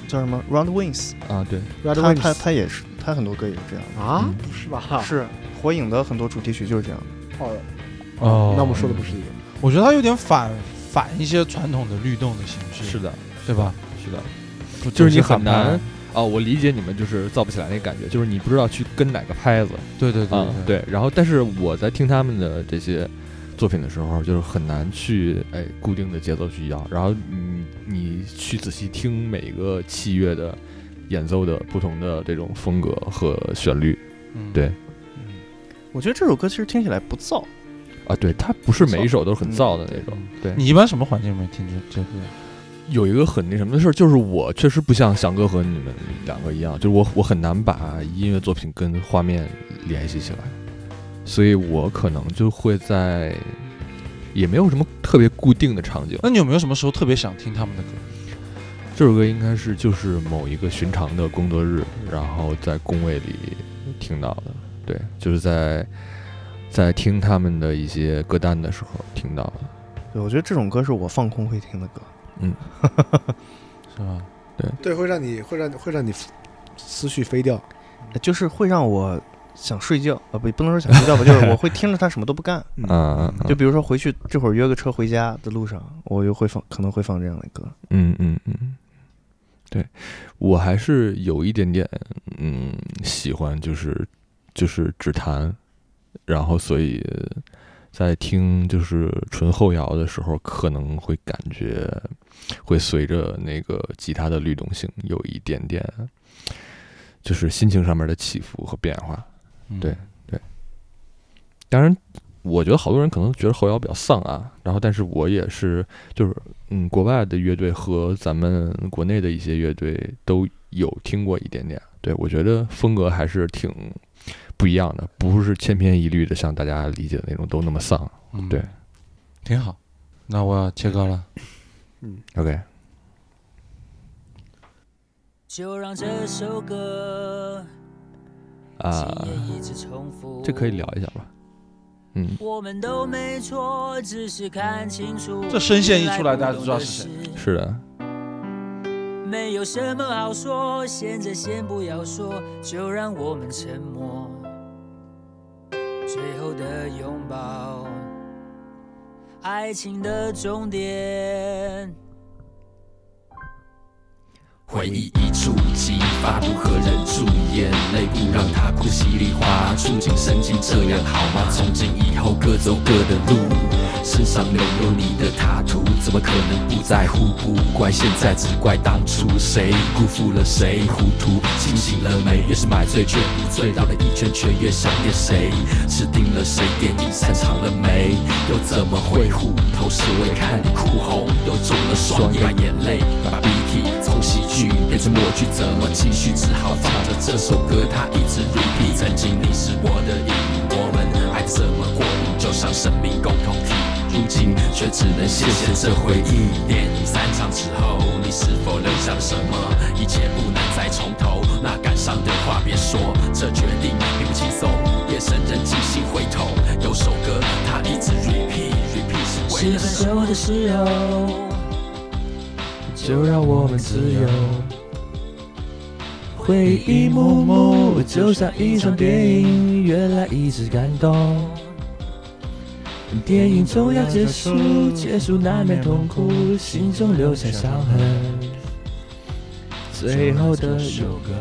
叫什么 Round Wings，
啊，对，
Red
他他
Wings
他也是，他很多歌也是这样的，
啊
嗯，
不是吧？
是火影的很多主题曲就是这样的。
哦，
哦，
那我们说的不是一个。
我觉得它有点反反一些传统的律动的形式，
是的，
对吧？
是的。就是你很
反
难
叛，
啊，我理解你们就是造不起来那感觉，就是你不知道去跟哪个拍子
对对对
啊、对。然后，但是我在听他们的这些作品的时候，就是很难去哎固定的节奏去摇，然后你你去仔细听每个器乐的演奏的不同的这种风格和旋律
嗯
对
我觉得这首歌其实听起来不燥，
啊，对，它不是每一首都是很燥的那种，对。
嗯你一般什么环境里面听这这歌？
有一个很那什么的事儿，就是我确实不像翔哥和你们两个一样，就是我我很难把音乐作品跟画面联系起来，所以我可能就会在也没有什么特别固定的场景。
那你有没有什么时候特别想听他们的歌？
这首歌应该是就是某一个寻常的工作日，然后在工位里听到的，对，就是在在听他们的一些歌单的时候听到的。
对我觉得这种歌是我放空会听的歌。
是吧？
对，会让你会让会让你思绪飞掉。
就是会让我想睡觉啊，不不能说想睡觉吧，就是我会听着他什么都不干。
嗯嗯嗯
就比如说回去这会儿约个车回家的路上，我就会放可能会放这样的歌。
嗯嗯嗯，对我还是有一点点嗯喜欢，就是就是指弹，然后所以在听就是纯后摇的时候，可能会感觉会随着那个吉他的律动性有一点点，就是心情上面的起伏和变化。
嗯
对当然，我觉得好多人可能觉得后摇比较丧啊，然后但是我也是，就是嗯，国外的乐队和咱们国内的一些乐队都有听过一点点，对我觉得风格还是挺不一样的，不是千篇一律的像大家理解的那种都那么丧。
嗯
对，
挺好。那我要切歌了。
OK，
就让这首歌
啊、
今夜一直重复。
这可以聊一下吧？嗯，
我们都没错，只是看清楚。
这声线一出来大家就知道是谁
谁。
是的，
没有什么好说，现在先不要说，就让我们沉默。最后的拥抱，爱情的终点。
回忆一触即发，不可忍住，眼泪不让它哭稀里哗啦，触景生情，这样好吗？从今以后各走各的路，身上留有你的塔图，怎么可能不在乎？不怪现在，只怪当初谁辜负了谁，糊涂清醒了没？越是买醉却不醉，绕了一圈却越想念谁，吃定了谁，电影散场了没？又怎么会虎头是尾看你哭红，又肿了双眼，把眼泪，把鼻涕从喜剧变成默剧，怎么继续？只好放着这首歌，它一直 repeat。曾经你是我的影，我们还怎么过瘾？就像生命共同体，如今却只能谢谢这回忆。电影散场之后，你是否留下了什么？一切不难再从头，那感伤的话别说，这决定并不轻松。夜深人静，心回头，有首歌它一直 repeat repeat 是为
是
了
分
什么？
手的时候，
就让我们自由。
回忆幕幕就像一场电影，原来一直感动。电影总要结束，结束难免痛苦，心中留下伤痕。最后的首歌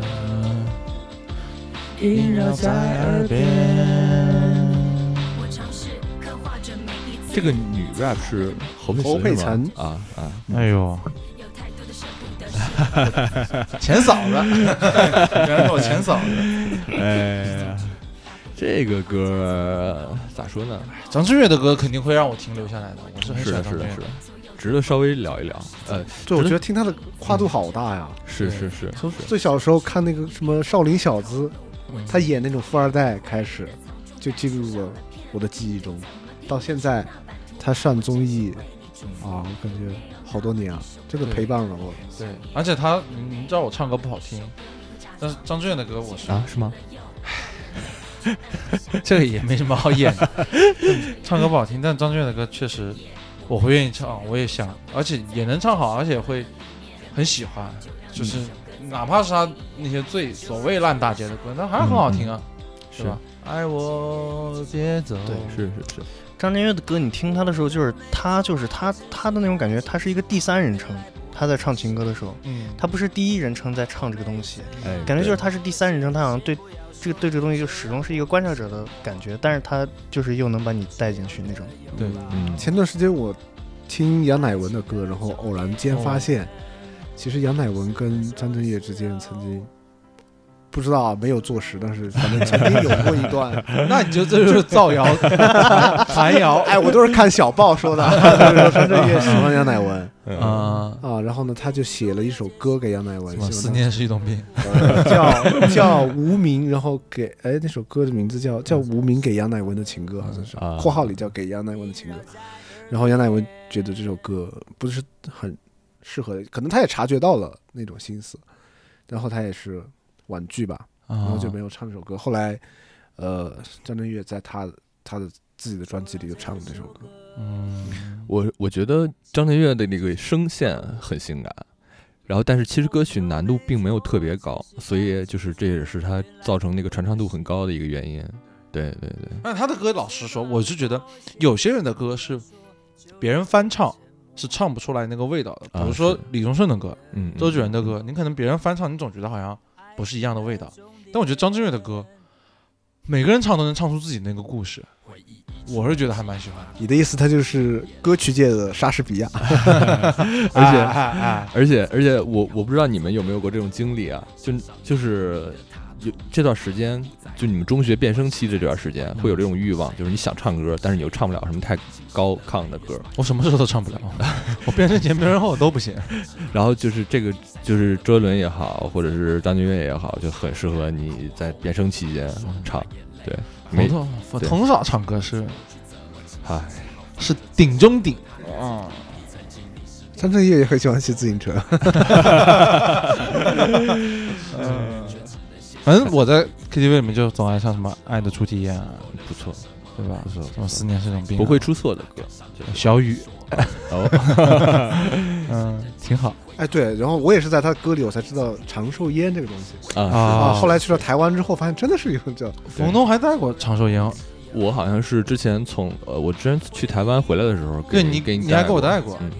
萦绕在耳边。
这个女 rap 是侯佩岑
侯佩
是吗
岑
啊啊，
哎 呦， 前嫂子，原来是我前嫂子。哎呀，
这个歌儿咋说呢？
张震岳的歌肯定会让我停留下来的，我是很
是
喜欢
的，
张
是
震岳
的，是的，值得稍微聊一聊。呃，
对，我
值
觉得听他的跨度好大呀。
是是是，
从最小的时候看那个什么《少林小子》，
嗯
他演那种富二代开始，就进入了我的记忆中。到现在，他上综艺啊，我感觉好多年啊，真的
对
陪伴了我。
对，而且他，你你知道我唱歌不好听，但是张震岳的歌我是
啊，是吗？
这个也没什么好演的， 唱歌不好听，但张震岳的歌确实我会愿意唱，我也想，而且也能唱好，而且会很喜欢，就是哪怕是他那些最所谓烂大街的歌，那还是很好听啊，
是
是吧？爱我别走，
对
是是是，
张震岳的歌，你听他的时候，就是他，就是他，他的那种感觉，他是一个第三人称，他在唱情歌的时候，
嗯，
他不是第一人称在唱这个东西，
哎，
感觉就是
对
他是第三人称，他好像对这个对这个东西就始终是一个观察者的感觉，但是他就是又能把你带进去那种。
对
嗯，
前段时间我听杨乃文的歌，然后偶然间发现，其实杨乃文跟张震岳之间曾经不知道啊没有坐实，但是反正曾经有过一段。
那你就这就是造谣、弹谣
哎，我都是看小报说的，就是说张震岳喜欢杨乃文
嗯
啊。
啊，然后呢，他就写了一首歌给杨乃文，
什么
希
思
望他
念是一种病，
叫叫无名，然后给哎那首歌的名字叫叫无名给杨乃文的情歌，好像是
啊
括号里叫给杨乃文的情歌。然后杨乃文觉得这首歌不是很适合，可能他也察觉到了那种心思，然后他也是婉拒吧，然
啊
然
后就没有唱这首歌。后来，呃，张震岳在他他的自己的专辑里就唱了这首歌。
嗯，
我我觉得张震岳的那个声线很性感，然后但是其实歌曲难度并没有特别高，所以就是这也是他造成那个传唱度很高的一个原因。对对对，
但他的歌，老实说，我是觉得有些人的歌是别人翻唱是唱不出来那个味道的，比
啊
如说
是
李宗盛的歌、
嗯，嗯
周杰伦的歌，你可能别人翻唱，你总觉得好像不是一样的味道。但我觉得张震岳的歌，每个人唱都能唱出自己那个故事，我是觉得还蛮喜欢的。
你的意思，他就是歌曲界的莎士比亚？
而且啊
哎哎，
而且而且我我不知道你们有没有过这种经历啊，就就是有这段时间，就你们中学变声期这段时间，会有这种欲望，就是你想唱歌，但是你又唱不了什么太高亢的歌，
我什么时候都唱不了， 我变成前变成后都不行。
然后就是这个就是周杰伦也好，或者是张震岳也好，就很适合你在变声期间唱。对，
我
没
从我
对
从小唱歌是
嗨，
是顶中顶，
张震岳也很喜欢骑自行车。
反正我在 KTV 里面就总爱唱什么《爱的初体验》啊，
不错，
对吧？
不错
什么思念是种病啊、
不会出错的歌。
小雨，
哦，
嗯，挺好
哎，对，然后我也是在他歌里我才知道长寿烟这个东西
啊，
啊。
啊
后来去了台湾之后，发现真的是有这
冯东还带过长寿烟，
我好像是之前从呃，我之前去台湾回来的时候，
对
给
你
给
你
带
还给我带过
嗯，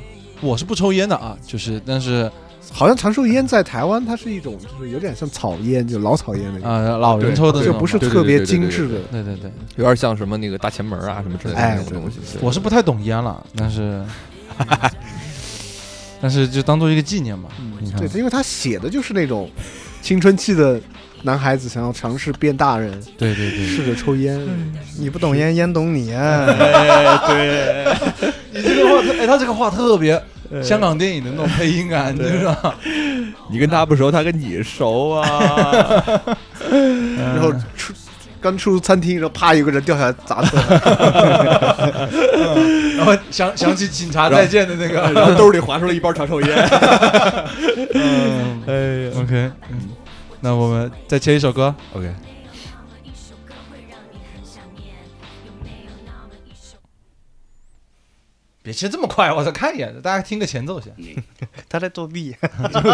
我是不抽烟的啊，就是但是
好像长寿烟在台湾它是一种，就是有点像草烟，就老草烟那种，
呃老人抽的那
就
种
不是
嘛
啊对
特别精致
对
的。
对对对，
有点像什么那个大前门啊什么之类的
哎
那种东西。
我是不太懂烟了，但 是但是就当做一个纪念吧，你看
对，因为他写的就是那种青春期的男孩子想要尝试变大人，
对对对，
试着抽烟。
你不懂烟，烟懂你、
啊
你这个话，哎，他这个话特别香港电影的那种配音感，你知道吗？
你跟他不熟，他跟你熟 啊。
然后出刚出餐厅，然后啪有个人掉下来砸他，
然后想想起警察再见的那个，
然后兜里划出了一包长寿烟。
哎，OK，嗯，那我们再切一首歌，
OK，
别切这么快，我再看一眼，大家听个前奏先。
他在作弊。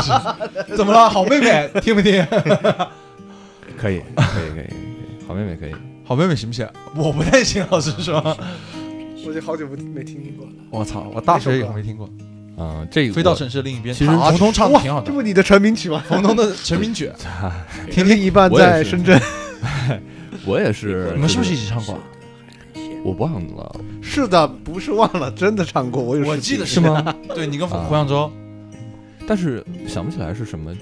怎么了，好妹妹，听不听？
可以，可以，可以，可以，好妹妹可以。
好妹妹行不行？我不太行，老实说。
我就好久不听没听过了。
我操，我大学也没听过《
嗯，这个
飞到城市的另一边》，
其实
冯彤唱的挺好
这
的，
不你的成名曲吗？
冯彤的成名 曲。
听另一半
我也
在
是
深圳，
我也是。
你们是不是一起唱过啊？
我忘了，
是的，不是忘了，真的唱过，我有
我
视
记
频
得是吗？对你跟
啊
胡杨洲
但是想不起来是什么。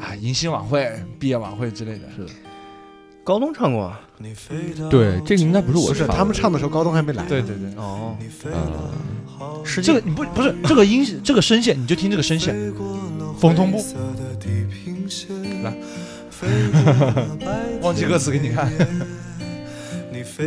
啊，迎新晚会、毕业晚会之类的。是
高东唱过啊，
对，这个应该不是我
不是他们唱的时候，高东还没来。
对对对，
哦，
呃，
是
这个你不不是这个音这个声线，你就听这个声线，冯同步。来，忘记歌词给你看。
你飞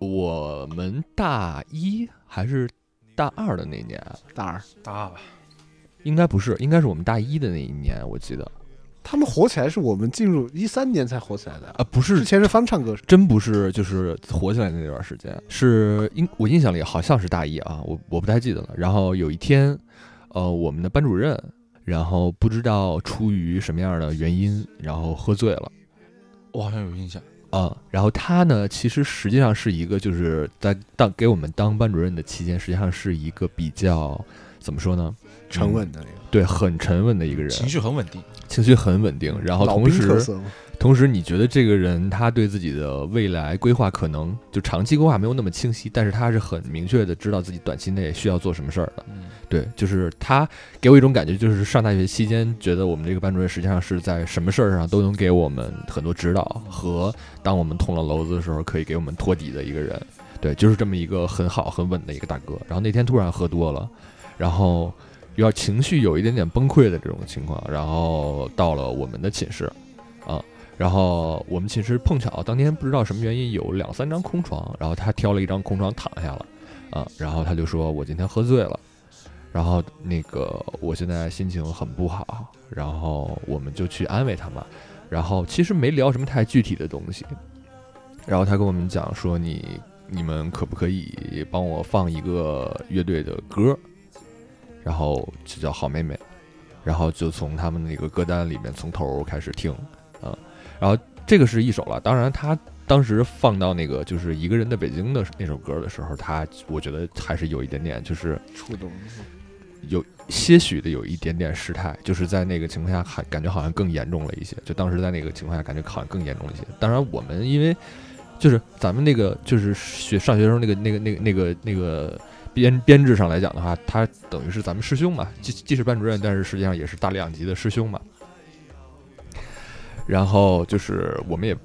我们大一还是大二的那年，
大二
大二吧，
应该不是，应该是我们大一的那一年，我记得
他们火起来是我们进入一三年才火起来的，
啊，不是
之前是翻唱歌手。
真不是，就是火起来的那段时间，是印我印象里好像是大一啊，我我不太记得了。然后有一天，呃，我们的班主任，然后不知道出于什么样的原因，然后喝醉了。
我好像有印象。
啊，然后他呢，其实实际上是一个，就是在当给我们当班主任的期间，实际上是一个比较怎么说呢，
沉稳的那个，
对，很沉稳的一个人，
情绪很稳定，
情绪很稳定。然后
老
同
兵特
时，
色嘛
同时你觉得这个人他对自己的未来规划可能就长期规划没有那么清晰，但是他是很明确的知道自己短期内需要做什么事儿的。
嗯，
对，就是他给我一种感觉，就是上大学期间，觉得我们这个班主任实际上是在什么事儿上都能给我们很多指导，和当我们捅了娄子的时候，可以给我们托底的一个人。对，就是这么一个很好很稳的一个大哥。然后那天突然喝多了，然后有点情绪有一点点崩溃的这种情况，然后到了我们的寝室，啊，然后我们寝室碰巧当天不知道什么原因有两三张空床，然后他挑了一张空床躺下了，啊，然后他就说我今天喝醉了。然后那个我现在心情很不好，然后我们就去安慰他嘛，然后其实没聊什么太具体的东西，然后他跟我们讲说你你们可不可以帮我放一个乐队的歌，然后就叫好妹妹，然后就从他们那个歌单里面从头开始听，啊、然后这个是一首了，当然他。当时放到那个就是一个人的北京的那首歌的时候，他我觉得还是有一点点就是
触动。
有些许的有一点点失态，就是在那个情况下还感觉好像更严重了一些。就当时在那个情况下，感觉好像更严重了一些。当然，我们因为就是咱们那个就是学上学时候那个那个那个那个那个编编制上来讲的话，他等于是咱们师兄嘛，既既是班主任，但是实际上也是大量级的师兄嘛。然后就是我们也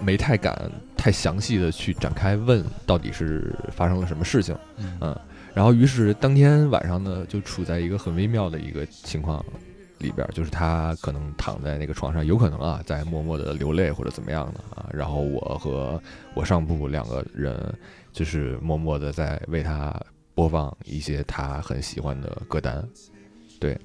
没太敢太详细的去展开问到底是发生了什么事情。
嗯
嗯然后于是当天晚上呢，就处在一个很微妙的一个情况里边儿，就是他可能躺在那个床上，有可能啊，在默默的流泪或者怎么样的啊。然后我和我上铺两个人，就是默默的在为他播放一些他很喜欢的歌单，对。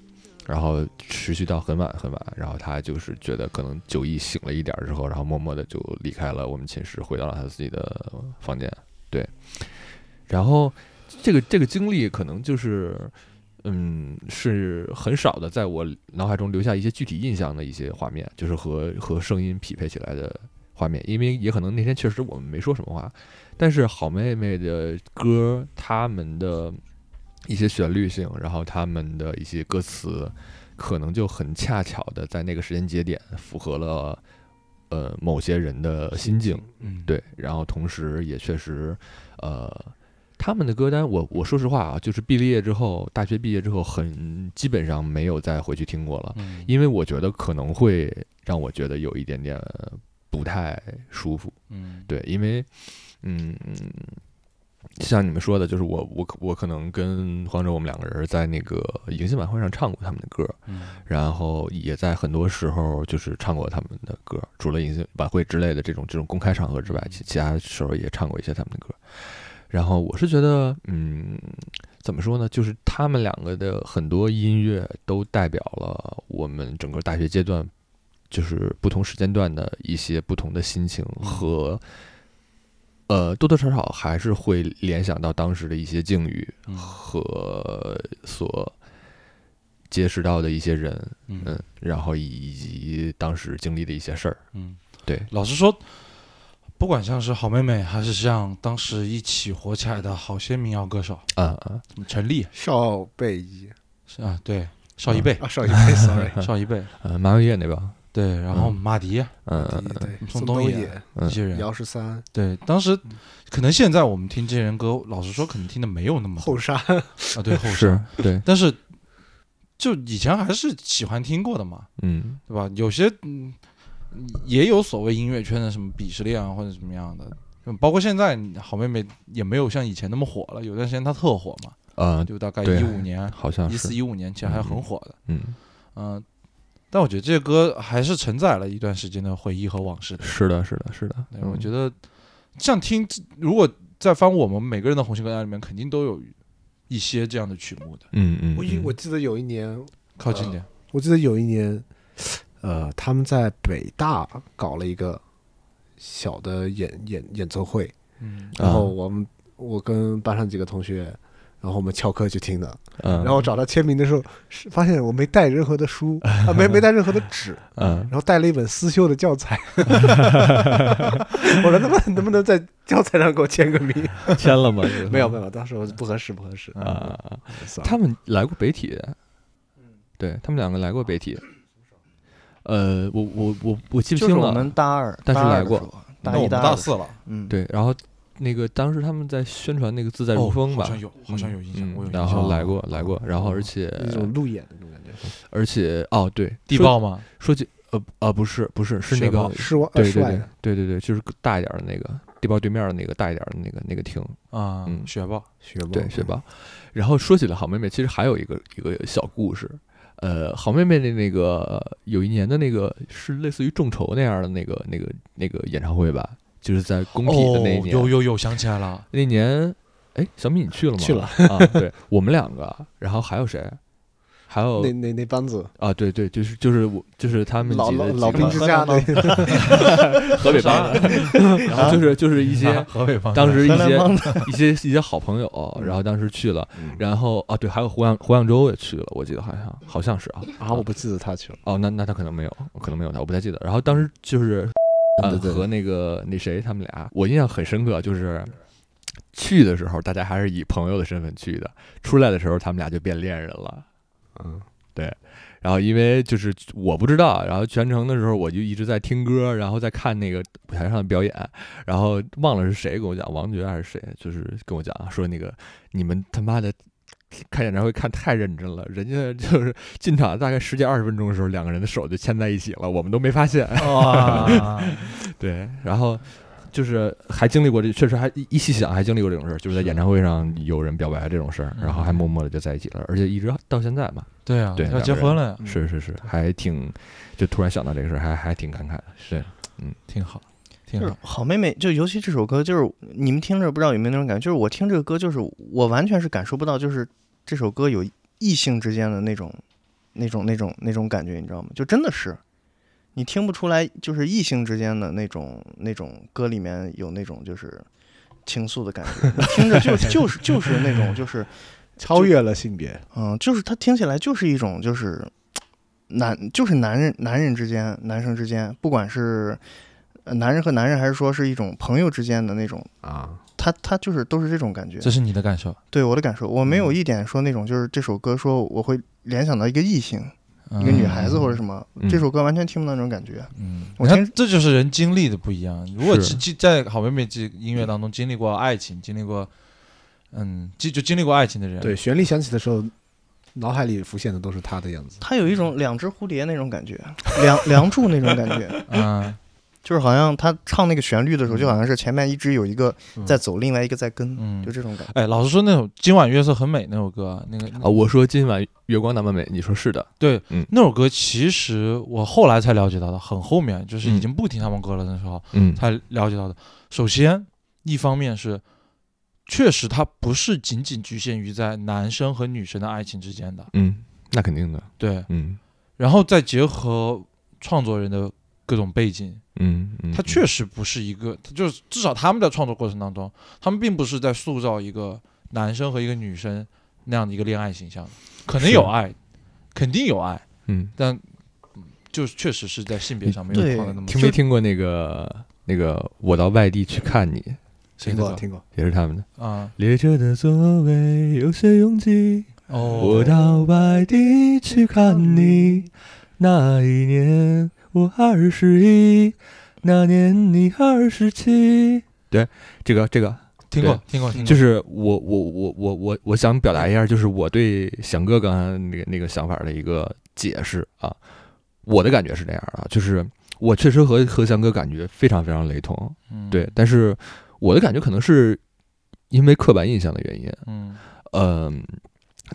然后持续到很晚很晚，然后他就是觉得可能酒意醒了一点儿之后，然后默默的就离开了我们寝室，回到了他自己的房间。对，然后这个这个经历可能就是，嗯，是很少的，在我脑海中留下一些具体印象的一些画面，就是和和声音匹配起来的画面。因为也可能那天确实我们没说什么话，但是好妹妹的歌，他们的一些旋律性，然后他们的一些歌词，可能就很恰巧的在那个时间节点符合了呃某些人的心境，
嗯，
对，然后同时也确实，呃，他们的歌单，我我说实话啊，就是毕了业之后，大学毕业之后很，基本上没有再回去听过了，
嗯，
因为我觉得可能会让我觉得有一点点呃不太舒服。
嗯，
对，因为，嗯，像你们说的，就是我我可我可能跟黄哲我们两个人在那个迎新晚会上唱过他们的歌，
嗯
然后也在很多时候就是唱过他们的歌，除了迎新晚会之类的这种这种公开场合之外，其其他时候也唱过一些他们的歌。然后我是觉得，嗯，怎么说呢？就是他们两个的很多音乐都代表了我们整个大学阶段，就是不同时间段的一些不同的心情和，呃，多多少少还是会联想到当时的一些境遇
嗯
和所结识到的一些人，
嗯
嗯，然后以以及当时经历的一些事儿，
嗯，
对，
老实说，不管像是好妹妹，还是像当时一起火起来的好些民谣歌手，
啊啊，
陈粒
少贝一
是啊，对，少一辈，
啊，少一贝 ，sorry，
少一辈，
呃，马文月那边，
对，然后
嗯
马迪
嗯
对
嗯
对对，
宋
冬
冬野
野、
嗯
一些人，
姚十三、
对，当时可能现在我们听这些人歌，老实说，可能听的没有那么
后山，
啊，对后
嗯，
生
是，对，
但是就以前还是喜欢听过的嘛，
嗯
对吧？有些嗯，也有所谓音乐圈的什么鄙视链啊，或者什么样的，嗯包括现在好妹妹也没有像以前那么火了，有段时间她特火嘛，
啊，
就大概
对
一五年、
好像
一四
是，
一五年前还很火的，
嗯。
嗯、但我觉得这些歌还是承载了一段时间的回忆和往事的。
是的，是的，是的。
哎
对，我觉
得，
得像听，如果再翻我们每个人的红星歌单里面，肯定都有一些这样的曲目的。
嗯嗯，
我
嗯
我记得有一年，
靠近
呃
点，
我记得有一年，呃，他们在北大搞了一个小的演演演奏会，
嗯
然后
啊
我们、我跟班上几个同学，然后我们翘课去听的，
嗯，
然后找他签名的时候，是发现我没带任何的 书啊，没没带任何的纸，
嗯
然后带了一本思修的教 材。 我说能不能能不能在教材上给我签个名？
签了吗？
没有没有，当时我不合适不合适。
啊，
算了
他们来过北体，对他们两个来过北体。
嗯
呃，我我我我记不
就是
清
我
了，
们大二，
但是
大二
来过
的时候，啊
那我
大一
们
大
大
二，
四了，
嗯，
对，然后那个当时他们在宣传那个自在
哦
如风吧，
好像有，好像有印象，
嗯
我有印象。
然后来过来过，然后而且
那种路演的那种感觉，
而且哦对，
地
说
爆吗？
说起呃啊不是不是是那
雪豹
个
室外呃
对
室
对
外
对
的，
对对对，就是大一点的那个地堡对面的那个大一点的那个那个厅，
啊，
嗯
雪豹，
学霸
对，雪豹。然后说起了好妹妹，其实还有一个一个小故事。呃，好妹妹的那个有一年的那个是类似于众筹那样的那个那个那个演唱会吧，就是在工体的那一
哦
年。
有有有，想起来了，
那年，哎，小米你去了吗？
去了
啊，对 我们两个，然后还有谁？还有
那那那班子
啊，对对，就是就是我就是他们
老
几
老
个
老
几个
兵之家那个
河北帮的， 然后就是就是一
啊
些
河北方
当时一
荷兰
些嗯
帮的，
一些一些好朋友，然后当时去了，然后啊对，还有胡杨胡杨州也去了，我记得好像好像是啊
啊，我不记得他去了，
哦，那那他可能没有，可能没有他，我不太记得。然后当时就是呃
嗯对对对
和那个那谁他们俩，我印象很深刻，就是去的时候大家还是以朋友的身份去的，出来的时候他们俩就变恋人了。
嗯，
然后因为就是我不知道，然后全程的时候我就一直在听歌，然后在看那个舞台上的表演，然后忘了是谁跟我讲，王爵还是谁，就是跟我讲啊说那个你们他妈的看演唱会看太认真了，人家就是进场大概十几二十分钟的时候，两个人的手就牵在一起了，我们都没发现。
哇，
对，然后。就是还经历过这，确实还一一细想还经历过这种事儿，就是在
是
演唱会上有人表白这种事儿，然后还默默的就在一起了，而且一直到现在嘛。
对啊，
对
要结婚了呀，
是是是，还挺，就突然想到这个事儿，还还挺感慨的。是，
挺好，挺
就是
好。
好妹妹，就尤其这首歌，就是你们听着不知道有没有那种感觉，就是我听这个歌，就是我完全是感受不到，就是这首歌有异性之间的那种、那种、那种、那种感觉，你知道吗？就真的是，你听不出来，就是异性之间的那种、那种歌里面有那种就是情愫的感觉，你听着 就就是就是那种就是
超越了性别，
嗯，就是它听起来就是一种就是男就是男人男人之间男生之间，不管是呃男人和男人，还是说是一种朋友之间的那种
啊，
他他就是都是这种感觉
这。是嗯你的感受，
对我的感受，我没有一点说那种就是这首歌说我会联想到一个异性，一个女孩子或者什么，
嗯
这首歌完全听不到那种感觉。
嗯，
我
你看
听
这就是人经历的不一样。如果
是
是经在好妹妹这音乐当中经历过爱情，经历过，嗯，就就经历过爱情的人，
对，旋律响起的时候，脑海里浮现的都是他的样子。
它有一种两只蝴蝶那种感觉，梁梁祝那种 感觉，
嗯，
就是好像他唱那个旋律的时候，就好像是前面一直有一个在走，另外一个在跟，
嗯
就这种感觉。
哎，老实说，那首《今晚月色很美》那首歌啊，那个
啊，我说今晚月光那么美，你说是的，
对，
嗯
那首歌其实我后来才了解到的，很后面就是已
嗯
经不听他们歌了的时候
嗯
才了解到的。首先，一方面是确实它不是仅仅局限于在男生和女生的爱情之间的，
嗯，那肯定的，
对，
嗯
然后再结合创作人的各种背景，
嗯嗯，
它确实不是一个，它就是至少他们在创作过程当中，他们并不是在塑造一个男生和一个女生那样的一个恋爱形象，可能
是
有爱，肯定有爱。
嗯，
但嗯就是确实是在性别上没
对
有放在那么
听没听过那个那个我到外地去看你，
谁
听
的
过，
歌
听过。
也是他们的。
啊？
列车的座位有些拥挤，我
哦，
到外地去看你。那一年我二十一，那年你二十七。嗯对，这个这个
听过，听过，听过，
就是我我我我我我想表达一下，就是我对翔哥刚才那个那个想法的一个解释啊，我的感觉是那样啊，就是我确实和和翔哥感觉非常非常雷同，
嗯
对，，但是我的感觉可能是因为刻板印象的原因，啊
嗯
嗯，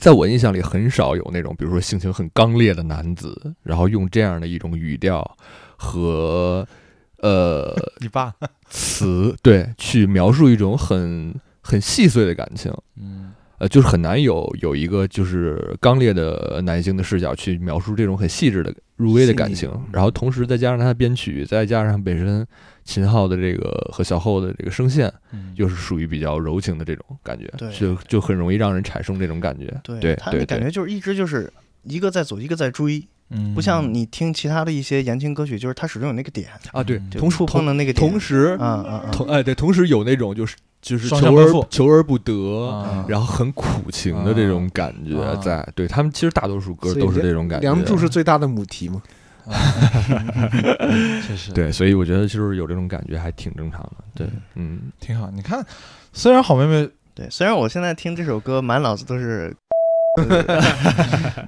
在我印象里很少有那种，比如说性情很刚烈的男子，然后用这样的一种语调和呃
你爸，
词，对，去描述一种很很细碎的感情。
嗯
呃，就是很难有有一个就是刚烈的男性的视角去描述这种很细致的入微的感情，然后同时再加上他的编曲，再加上本身秦昊的这个和小后的这个声线，
嗯，
又是属于比较柔情的这种感觉，
对
就就很容易让人产生这种感觉。对对
他那感觉就是一直就是一个在走，一个在追，
嗯
不像你听其他的一些言情歌曲，就是他始终有那个点，
啊，对，
嗯
就
同时
触碰的那个点。
同时
啊啊啊！
同哎对，同时有那种就是就是
双向
求
奔
而
赴
求而不得。
啊
然后很苦情的这种感
啊
觉
啊
在，对他们其实大多数歌
所以
都是
梁
这种感觉。
梁祝是最大的母题嘛？
确实
对，所以我觉得就是有这种感觉还挺正常的。对，嗯，
挺好。你看，虽然好妹妹
对，虽然我现在听这首歌，满脑子都是，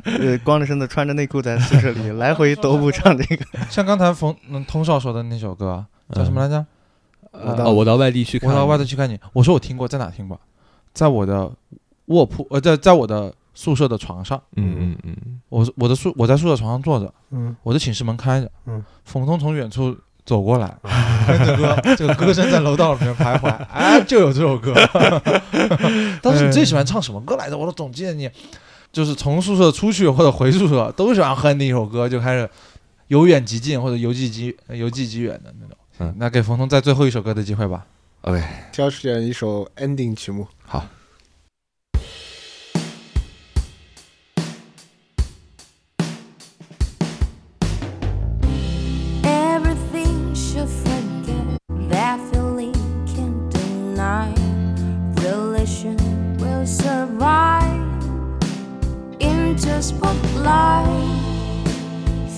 呃，光着身子穿着内裤在宿舍里来回踱步唱这个。
像刚才冯嗯通少说的那首歌啊叫什么来着？呃
哦，我到外地去看，
我到外头去看你。我说我听过，在哪听过？在我的卧铺，呃，在在我的宿舍的床上。
嗯，嗯嗯
我我的宿我在宿舍床上坐着，
嗯，
我的寝室门开着，
嗯，
冯通从远处走过来，跟着歌， 这个歌声在楼道里面徘徊，哎，就有这首歌。当时你最喜欢唱什么歌来着？我都总记得你，就是从宿舍出去或者回宿舍都喜欢哼的一首歌，就开始由远及近或者由近及呃由近及远的那种。
嗯
那给冯通再最后一首歌的机会吧。
，OK，
挑选一首 ending 曲目，
好，
Everything should forget that feeling can't deny. Religion will survive into spotlight.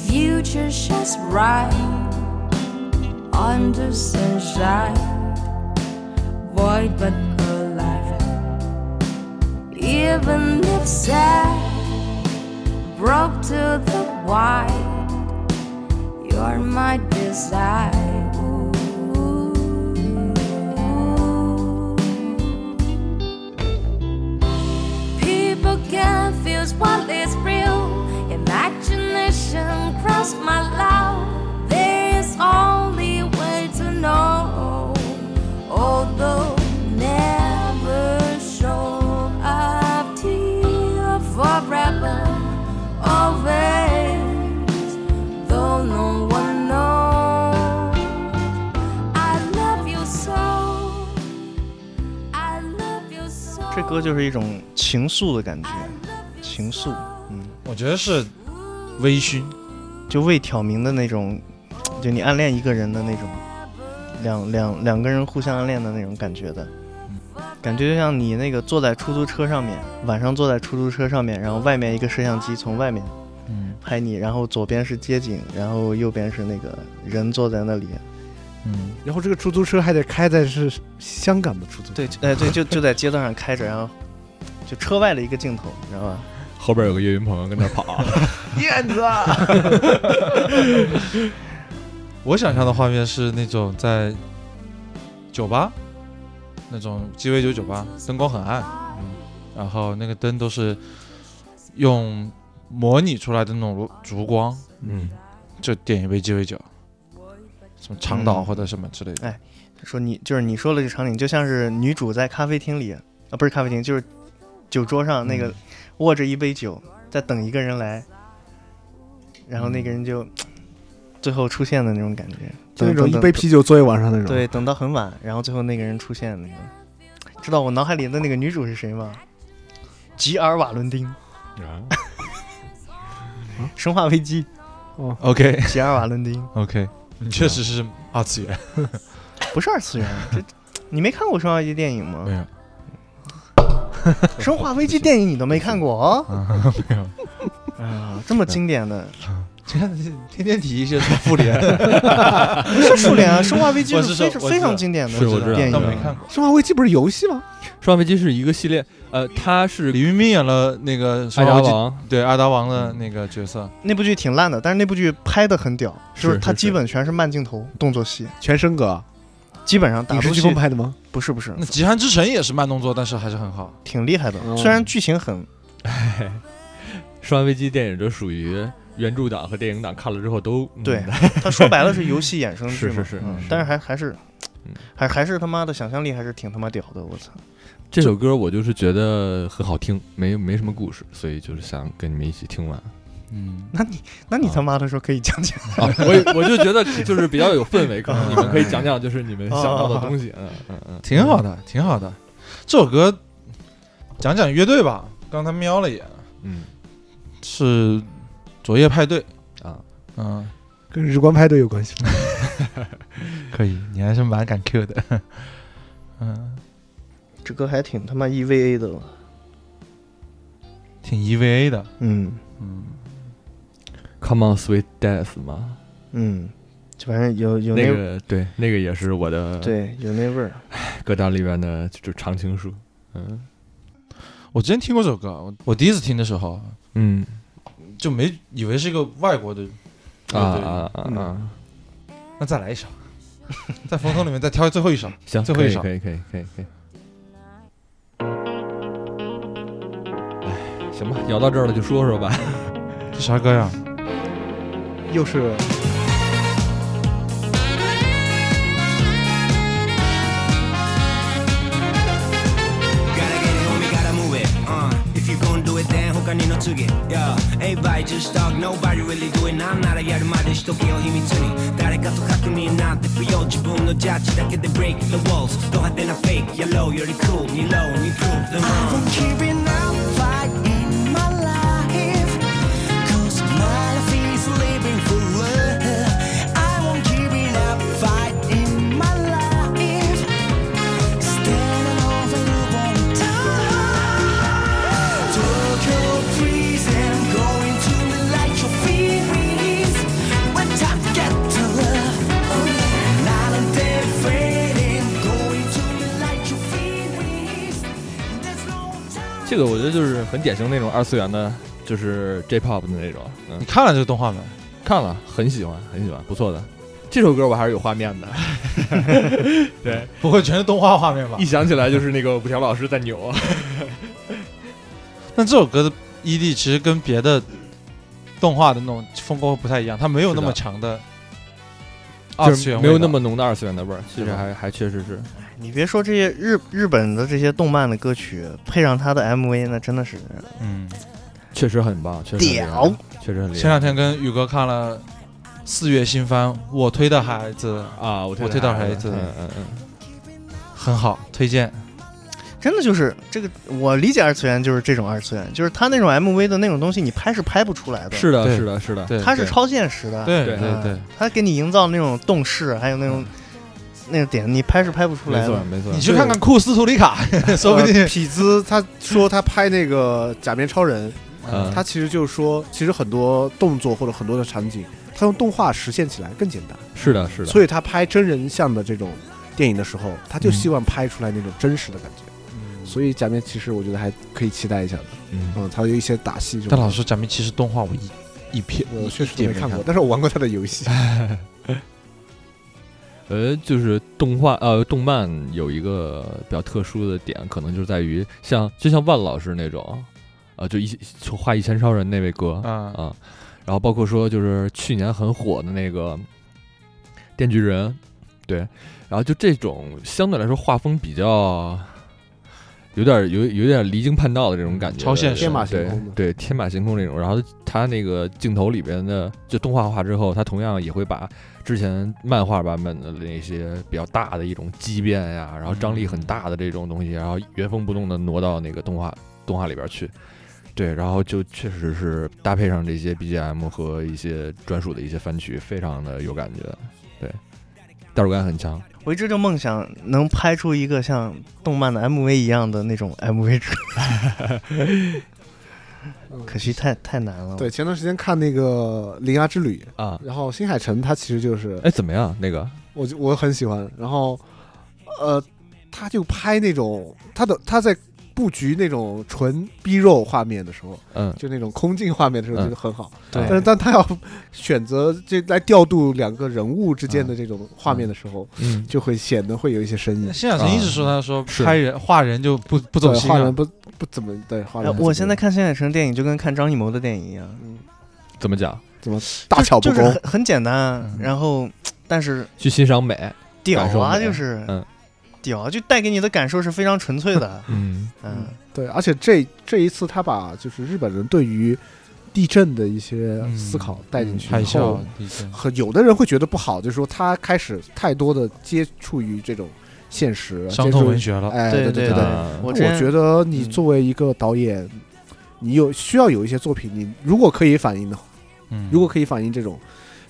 Future shines bright under sunshine, void but alive. Even if sad, broke to the wide. You're my desire. People confuse what is real. Imagination crossed my love. There is only way to know, although never shown up to you forever, always though no one knows. I love you so. I love you so.
这歌就是一种情愫的感觉，
I love you
情愫
so.，
嗯，
我觉得是微醺，
就未挑明的那种，就你暗恋一个人的那种，两两两个人互相暗恋的那种感觉的，感觉就像你那个坐在出租车上面，晚上坐在出租车上面，然后外面一个摄像机从外面
嗯
拍你，然后左边是街景，然后右边是那个人坐在那里。
嗯，
然后这个出租车还得开在是香港的出租车，
对，哎、对，就就在街道上开着，然后 就车外的一个镜头，你知道吧？
后边有个岳云鹏跟那跑，
燕子，
啊
我想象的画面是那种在酒吧，那种鸡尾酒酒吧，灯光很暗，嗯，然后那个灯都是用模拟出来的那种烛光，
嗯，
就点一杯鸡尾酒，什么长岛
嗯
或者什么之类的。
哎说你就是你说的这场景，就像是女主在咖啡厅里啊，不是咖啡厅，就是酒桌上那个握着一杯酒，在等一个人来，然后那个人就最后出现的那种感觉，
就那
嗯等
种一杯。
等等
啤酒坐一晚上那种。
对，等到很晚，然后最后那个人出现，那个知道我脑海里的那个女主是谁吗？吉尔瓦伦丁，《 生化危机
OK》
吉尔瓦伦丁
OK，你确实是二次元，
不是二次元，这你没看过《生化危机》电影吗？
没有。
《生化危机》电影你都没看过啊、
嗯
没有，
啊，这么经典的，
天天提一些什么复联，
不是复联啊，《生化危机
我》
是
是说
非常
我知道
非常经典的
是我知道
电
但
影
我
没
啊。
看过。
生化危机不是游戏吗？
生化危机是一个系列，呃，它是
李云冰演了那个《
爱
生化
达
危机》
王，
对阿达王的那个角色，
那部剧挺烂的，但是那部剧拍的很屌，就是
是
它
是
基本全是慢镜头动作戏，
全升格，
基本上打
影视
斗
剧
戏
风拍的吗？
不是不是
那《极寒之城》也是慢动作，但是还是很好。
挺厉害的，
嗯
虽然剧情很
生化危机电影就属于原著党和电影党看了之后都嗯
对，他说白了是游戏衍 生剧嘛，
是是是
嗯
是
但是还还是
嗯，
还还是他妈的想象力还是挺他妈屌的，我操！
这首歌我就是觉得很好听，没没什么故事，所以就是想跟你们一起 听完。
嗯，
那你那你
啊
他妈的说可以讲讲，
啊，我也我就觉得就是比较有氛围，可能 你们可以讲讲就是你们想到的东 西。嗯嗯嗯，
挺好的，挺好的。这首歌讲讲乐队吧，刚才瞄了一眼，
嗯
是昨夜派对。
啊，
嗯，
跟日光派对有关系吗？
可以，你还是蛮敢 Q 的。嗯，
这歌还挺他妈 EVA 的了，
挺 EVA 的。
嗯
嗯，
，Come on Sweet Death 嘛，
嗯，就反正有有
那个对，那个也是我的
对有那味儿，
歌单里边的就是常青树。嗯
我之前听过这首歌，我我第一次听的时候
嗯
就没以为是一个外国的
啊
乐队。
啊啊啊！
那再 来一首，在风头里面再挑最后一首。
行，
最后
可
一
以
首
可以可以可以可以。哎，行吧，聊到这儿了就说说吧。
这啥歌呀？
又是
这个我觉得就是很典型那种二次元的，就是 J-pop 的那种。嗯
你，看了这个动画没？
看了，很喜欢，很喜欢，不错的。这首歌我还是有画面的，对，
不会全是动画画 面吧
一？想起来就是那个五条老师在扭。啊
但这首歌的 ED 其实跟别的动画的那种风格不太一样，它没有那么
是的
强的二
就
次
是
元味道，
没有那么浓的二次元的味儿，其
是
实
吧
还还确实是，
你别说这些日日本的这些动漫的歌曲，配上他的 MV，那真的是
嗯。
确实很棒，确实很厉害
屌
确实很厉害。
前两天跟宇哥看了四月新番《我推的孩子
啊，我
我推到孩子
嗯嗯嗯，》，
很好，推荐。
真的就是这个。我理解二次元就是这种二次元，就是他那种 MV 的那种东西，你拍是拍不出来的，
是的，
对
是的，是的，
对，
它是
对
超现实的。
对
对
对对
啊，他给你营造那种动势，还有那种、那个点，你拍是拍不出
没
来
错
的。
没错。
你去看看库斯图里卡，说不
呃
定
痞子他说他拍那个假面超人，
嗯
他其实就是说，其实很多动作或者很多的场景，他用动画实现起来更简单。
是的，是的，
所以他拍真人像的这种电影的时候，他就
嗯
希望拍出来那种真实的感觉。所以假面骑士，我觉得还可以期待一下的。
嗯，
嗯，他有一些打戏这种，
但老实说，假面骑士动画我一一片
我确实
也
没看过，但是我玩过他的游 戏。
呃，就是动画呃动漫有一个比较特殊的点，可能就在于像就像万老师那种，呃，就一就画《一拳超人》那位哥
啊
啊，然后包括说就是去年很火的那个《电锯人》，对，然后就这种相对来说画风比较。有点有有点离经叛道的这种感觉，
嗯超现实
天马行空的
对对天马行空这种。然后他那个镜头里边的，就动画化之后，他同样也会把之前漫画版本的那些比较大的一种畸变呀，然后张力
嗯
很大的这种东西，然后原封不动的挪到那个动画动画里边去。对，然后就确实是搭配上这些 BGM 和一些专属的一些番曲，非常的有感觉。对，代入感很强。
我一直就梦想能拍出一个像动漫的 MV 一样的那种 MV 出 来，可惜太太难了。
对，，前段时间看那个《铃芽之旅
啊》，
然后新海诚他其实就是，
哎，怎么样？那个
我就我很喜欢。然后，呃，他就拍那种他的他在布局那种纯 B 肉画面的时候，
嗯，
就那种空镜画面的时候，
嗯
觉得很好。
对
但是当他要选择这来调度两个人物之
嗯
间的这种画面的时候，
嗯
就会显得会有一些生硬。
新海诚一直说他说
是
拍人画人就不不走
啊对
心啊
画
了
人，不不怎么对画
哎
人不怎么样。
我现在看新海诚电影就跟看张艺谋的电影一样，
嗯
怎么讲？
怎么大巧不
就是
工
很？很简单啊
嗯，
然后但是
去欣赏美。
屌
感受
啊，
美
就是
嗯，
屌啊，就带给你的感受是非常纯粹的
嗯
嗯，
对，而且这这一次他把就是日本人对于地震的一些
嗯
思考带进去
海
以后
啸，地震
很有的人会觉得不好，就是说他开始太多的接触于这种现 实，
伤
接触
痛
于
文学了。
哎，
对
对
对
对
对
那
我
我
之前
觉得你
嗯
作为一个导演，你有需要有一些作品，你如果可以反映的，
嗯，
如果可以反映这种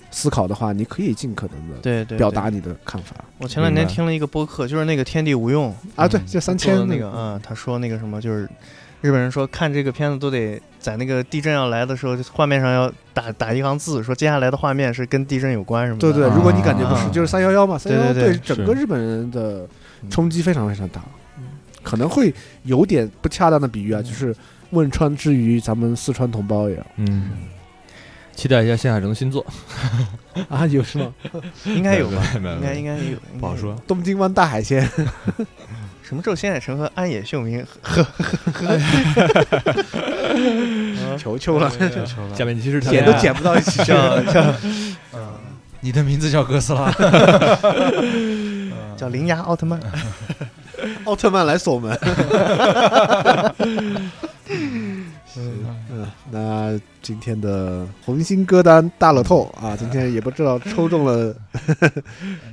思考的话，你可以尽可能的
对对
表达。你的看法
对我前两天
明白
听了一个播客，就是那个《天地无用》，
啊。对，
嗯
就三
做的
千
那
个
个啊，他说那个什么，就是日本人说看这个片子都得在那个地震要来的时候，就画面上要打打一行字，说接下来的画面是跟地震有关什么
对
的。
对，
啊
如果你感觉不是，就是三幺幺嘛，三
对
幺幺
对对
整个
是
日本人的冲击非常非常大，可能会有点不恰当的比喻啊，就是汶川之于咱们四川同胞一样
嗯，期待一下新海诚的新作。
啊，有是吗？
应该有吧？
没有
应
没
该
有
应该有，
不好说
应该有。。
东京湾大海鲜，
什么时候新海诚和安野秀明和
求求了，
求求了
假面骑士
剪都剪不到一起去。
叫叫
你的名字叫哥斯 拉，
叫铃芽奥特曼？
奥特曼来锁门。嗯，那今天的红心歌单大乐透啊，今天也不知道抽中了，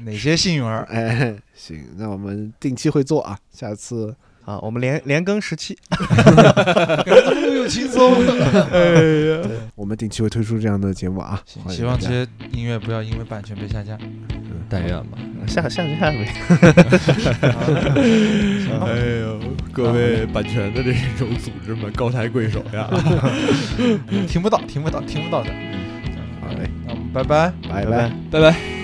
哪些幸运 儿？
哎，行，那我们定期会做啊，下次
啊，我们连连更十期，
哎 我们定期会推出这样的节目啊，欢迎
希望
大
这
家
些音乐不要因为版权被下架。
但愿吧。
下下下回。
哎呦，各位版权的这种组织们，高抬贵手呀！
听不到，听不到，听不到的。
嗯
嗯
好嘞，
那我们拜拜。
拜拜
拜拜。